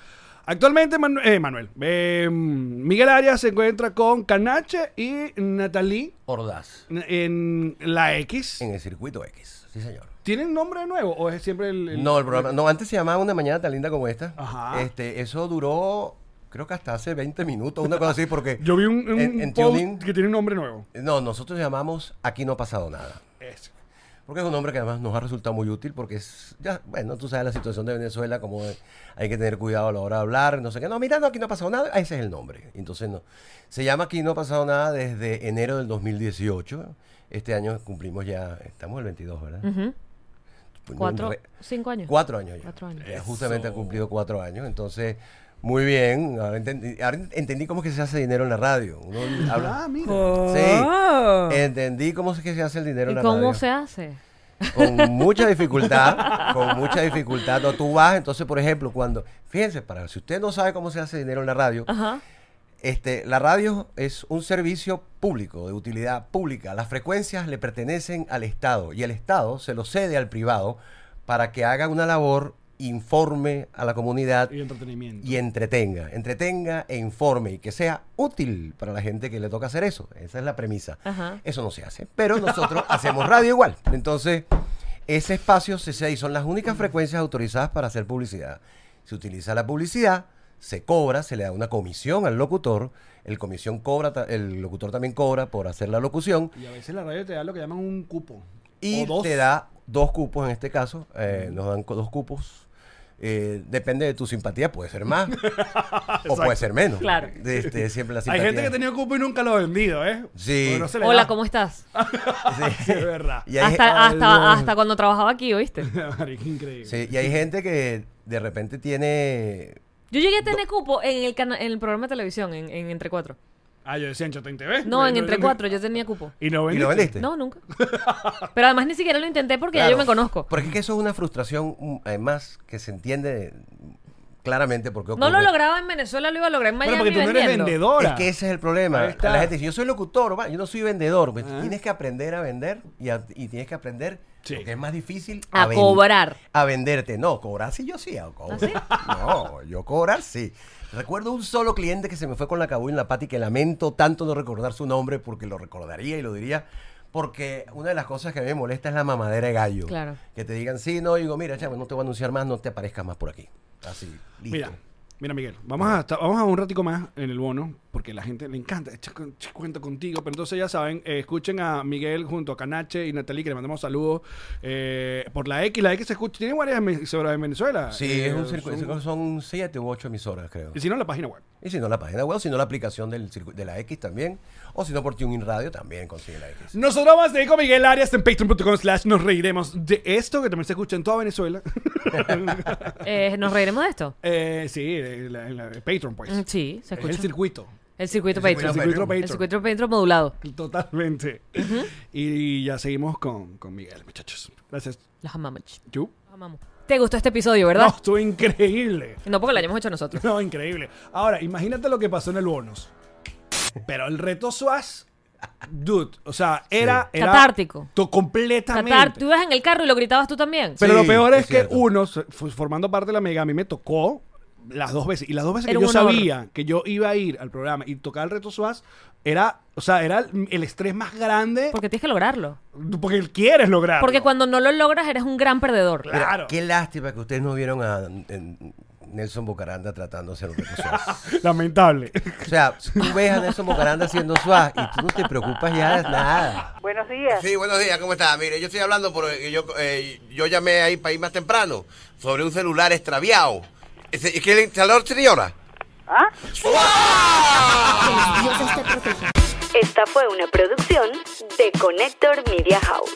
Speaker 3: Actualmente Manu- eh, Manuel, eh, Miguel Arias se encuentra con Canache y Natalie
Speaker 5: Ordaz.
Speaker 3: en la X.
Speaker 5: En el circuito X. Sí, señor.
Speaker 3: ¿Tienen nombre nuevo o es siempre el...? el-
Speaker 5: No, el programa. No, antes se llamaba Una Mañana tan linda como esta.
Speaker 3: Ajá.
Speaker 5: Este, eso duró, creo que hasta hace 20 minutos, una cosa así, porque.
Speaker 3: Yo vi un, un
Speaker 5: en- en
Speaker 3: post
Speaker 5: TuneIn-
Speaker 3: que tiene un nombre nuevo.
Speaker 5: No, nosotros llamamos Aquí no ha pasado nada.
Speaker 3: Ese.
Speaker 5: Porque es un nombre que además nos ha resultado muy útil porque es, ya, bueno, tú sabes la situación de Venezuela, como de- hay que tener cuidado a la hora de hablar, no sé qué. No, mira, no, aquí no ha pasado nada, ese es el nombre. Entonces, no. Se llama Aquí no ha pasado nada desde enero del 2018. Este año cumplimos ya, estamos el 22, ¿verdad?
Speaker 4: Ujú.
Speaker 5: Pues,
Speaker 4: Mm. Cuatro,
Speaker 5: un re-
Speaker 4: cinco años.
Speaker 5: Cuatro años ya.
Speaker 4: Cuatro años.
Speaker 5: Ya justamente ha cumplido cuatro años, entonces... Muy bien, ahora entendí, ahora entendí cómo es que se hace dinero en la radio. Uno habla-
Speaker 3: Ah, mira.
Speaker 4: Oh.
Speaker 5: Sí, entendí cómo es que se hace el dinero
Speaker 4: ¿Y
Speaker 5: en la radio
Speaker 4: cómo se hace?
Speaker 5: con mucha dificultad, con mucha dificultad. No, tú vas, entonces, por ejemplo, cuando, fíjense, para si usted no sabe cómo se hace dinero en la radio,
Speaker 4: Ajá.
Speaker 5: este, la radio es un servicio público, de utilidad pública. Las frecuencias le pertenecen al Estado y el Estado se lo cede al privado para que haga una labor, informe a la comunidad
Speaker 3: Y entretenimiento.
Speaker 5: y entretenga, entretenga e informe y que sea útil para la gente que le toca hacer eso. Esa es la premisa.
Speaker 4: Ajá.
Speaker 5: Eso no se hace, pero nosotros hacemos radio igual. Entonces, ese espacio se hace y son las únicas frecuencias autorizadas para hacer publicidad. Se utiliza la publicidad, se cobra, se le da una comisión al locutor, el comisión cobra, ta- el locutor también cobra por hacer la locución
Speaker 3: Y a veces la radio te da lo que llaman un cupo.
Speaker 5: y
Speaker 3: O dos.
Speaker 5: te da dos cupos en este caso, eh, nos dan co- dos cupos. Eh, depende de tu simpatía, puede ser más o puede ser menos.
Speaker 4: Claro.
Speaker 5: Este, siempre la
Speaker 3: Hay
Speaker 5: simpatía.
Speaker 3: gente que ha tenido cupo y nunca lo ha vendido, ¿eh?
Speaker 5: Sí.
Speaker 3: Porque no se le
Speaker 4: Hola,
Speaker 3: da.
Speaker 4: ¿cómo estás?
Speaker 5: Sí.
Speaker 3: Sí, es verdad.
Speaker 5: Y hay gen-
Speaker 4: hasta,
Speaker 3: Ay,
Speaker 4: hasta,
Speaker 3: Dios.
Speaker 4: hasta cuando trabajaba aquí, ¿oíste?
Speaker 3: Marica, increíble.
Speaker 5: sí, y hay gente que de repente tiene
Speaker 4: Yo llegué a tener cupo en el, cana- en el programa de televisión, en, en Entre Cuatro.
Speaker 3: Ah, yo decía en Chotén TV.
Speaker 4: No, en Entre Cuatro yo tenía cupo.
Speaker 3: Y no
Speaker 5: ¿Y lo vendiste?
Speaker 4: No, nunca. Pero además ni siquiera lo intenté porque ya yo
Speaker 5: Claro,
Speaker 4: me conozco.
Speaker 5: Porque es que eso es una frustración, mm, además, que se entiende mm, claramente porque
Speaker 4: No lo
Speaker 5: ocurre.
Speaker 4: lograba en Venezuela, lo iba a lograr en
Speaker 3: Bueno,
Speaker 4: Miami
Speaker 3: porque tú no eres
Speaker 4: vendiendo.
Speaker 3: vendedora.
Speaker 5: Es que ese es el problema.
Speaker 3: Ahí está.
Speaker 5: La gente dice, yo soy locutor, va, yo no soy vendedor. pues,
Speaker 3: Ah.
Speaker 5: Tienes que aprender a vender y, a- y tienes que aprender,
Speaker 3: Sí.
Speaker 5: porque es más difícil,
Speaker 4: A
Speaker 5: ven-
Speaker 4: cobrar.
Speaker 5: A venderte. No, cobrar sí yo sí. a cobrar.
Speaker 4: ¿Ah, sí?
Speaker 5: No, yo cobrar sí. Recuerdo un solo cliente que se me fue con la cabulla en la pata y que lamento tanto no recordar su nombre porque lo recordaría y lo diría. Porque una de las cosas que a mí me molesta es la mamadera de gallo.
Speaker 4: Claro.
Speaker 5: Que te digan, sí, no, y digo, mira, chavo, no te voy a anunciar más, no te aparezcas más por aquí. Así, listo.
Speaker 3: Mira, mira, Miguel, vamos a, estar- vamos a un ratico más en el bono, porque la gente le encanta, "Ch- cu- ch- cuento contigo, pero entonces ya saben, eh, escuchen a Miguel junto a Canache y Natalie, que le mandamos saludos eh, por la X, la X se escucha, tiene varias emisoras en Venezuela.
Speaker 5: Sí,
Speaker 3: Eh,
Speaker 5: es un
Speaker 3: son-
Speaker 5: circuito. Son... siete u ocho emisoras, creo.
Speaker 3: Y si no, la página web.
Speaker 5: Y si no, la página web, si no, la aplicación del circu- de la X también. O si no, por TuneIn Radio también consigue la X.
Speaker 3: Nosotros vamos a seguir con Miguel Arias en patreon.com slash nos reiremos de esto, que también se escucha en toda Venezuela.
Speaker 4: Eh, ¿Nos reiremos de esto?
Speaker 3: Eh, sí, en la, en la- en Patreon, pues.
Speaker 4: Mm, Sí,
Speaker 3: Es
Speaker 4: se escucha.
Speaker 3: el circuito.
Speaker 4: El circuito
Speaker 5: El circuito
Speaker 4: Patreon.
Speaker 5: Patreon.
Speaker 4: El circuito Patreon modulado.
Speaker 3: Totalmente. Y ya seguimos con, con Miguel, muchachos. Gracias.
Speaker 4: Los amamos.
Speaker 3: ¿Tú?
Speaker 4: Los amamos. ¿Te gustó este episodio, verdad?
Speaker 3: No, estuvo increíble.
Speaker 4: No, porque lo hayamos hecho nosotros.
Speaker 3: No, increíble. Ahora, imagínate lo que pasó en el bonus. Pero el reto Suaz, dude, o sea, era. era
Speaker 4: Catártico.
Speaker 3: to- completamente.
Speaker 4: Catar, tú ibas en el carro y lo gritabas tú también.
Speaker 3: Pero
Speaker 5: Sí,
Speaker 3: lo peor es,
Speaker 5: es
Speaker 3: que
Speaker 5: cierto.
Speaker 3: uno, se- fu- formando parte de la Mega, a mí me tocó las dos veces. Y las dos veces
Speaker 4: Era
Speaker 3: que yo
Speaker 4: un honor.
Speaker 3: sabía que yo iba a ir al programa y tocar el reto Suaz, era, o sea, era el, el estrés más grande
Speaker 4: Porque tienes que lograrlo.
Speaker 3: porque quieres lograr.
Speaker 4: Porque cuando no lo logras eres un gran perdedor.
Speaker 5: Mira,
Speaker 3: Claro.
Speaker 5: Qué lástima que ustedes no vieron a en- Nelson Bocaranda tratando de hacer un reto Suaz.
Speaker 3: Lamentable.
Speaker 5: O sea, tú ves a Nelson Bocaranda haciendo Suaz y tú no te preocupas ya de nada.
Speaker 6: Buenos días.
Speaker 7: Sí, buenos días, ¿cómo está? Mire, yo estoy hablando porque yo, eh, yo llamé ahí para ir más temprano sobre un celular extraviado. ¿Es, es que el instalador señora?
Speaker 6: ¿Ah?
Speaker 1: Que los dioses te protejan. Esta fue una producción de Connector Media House.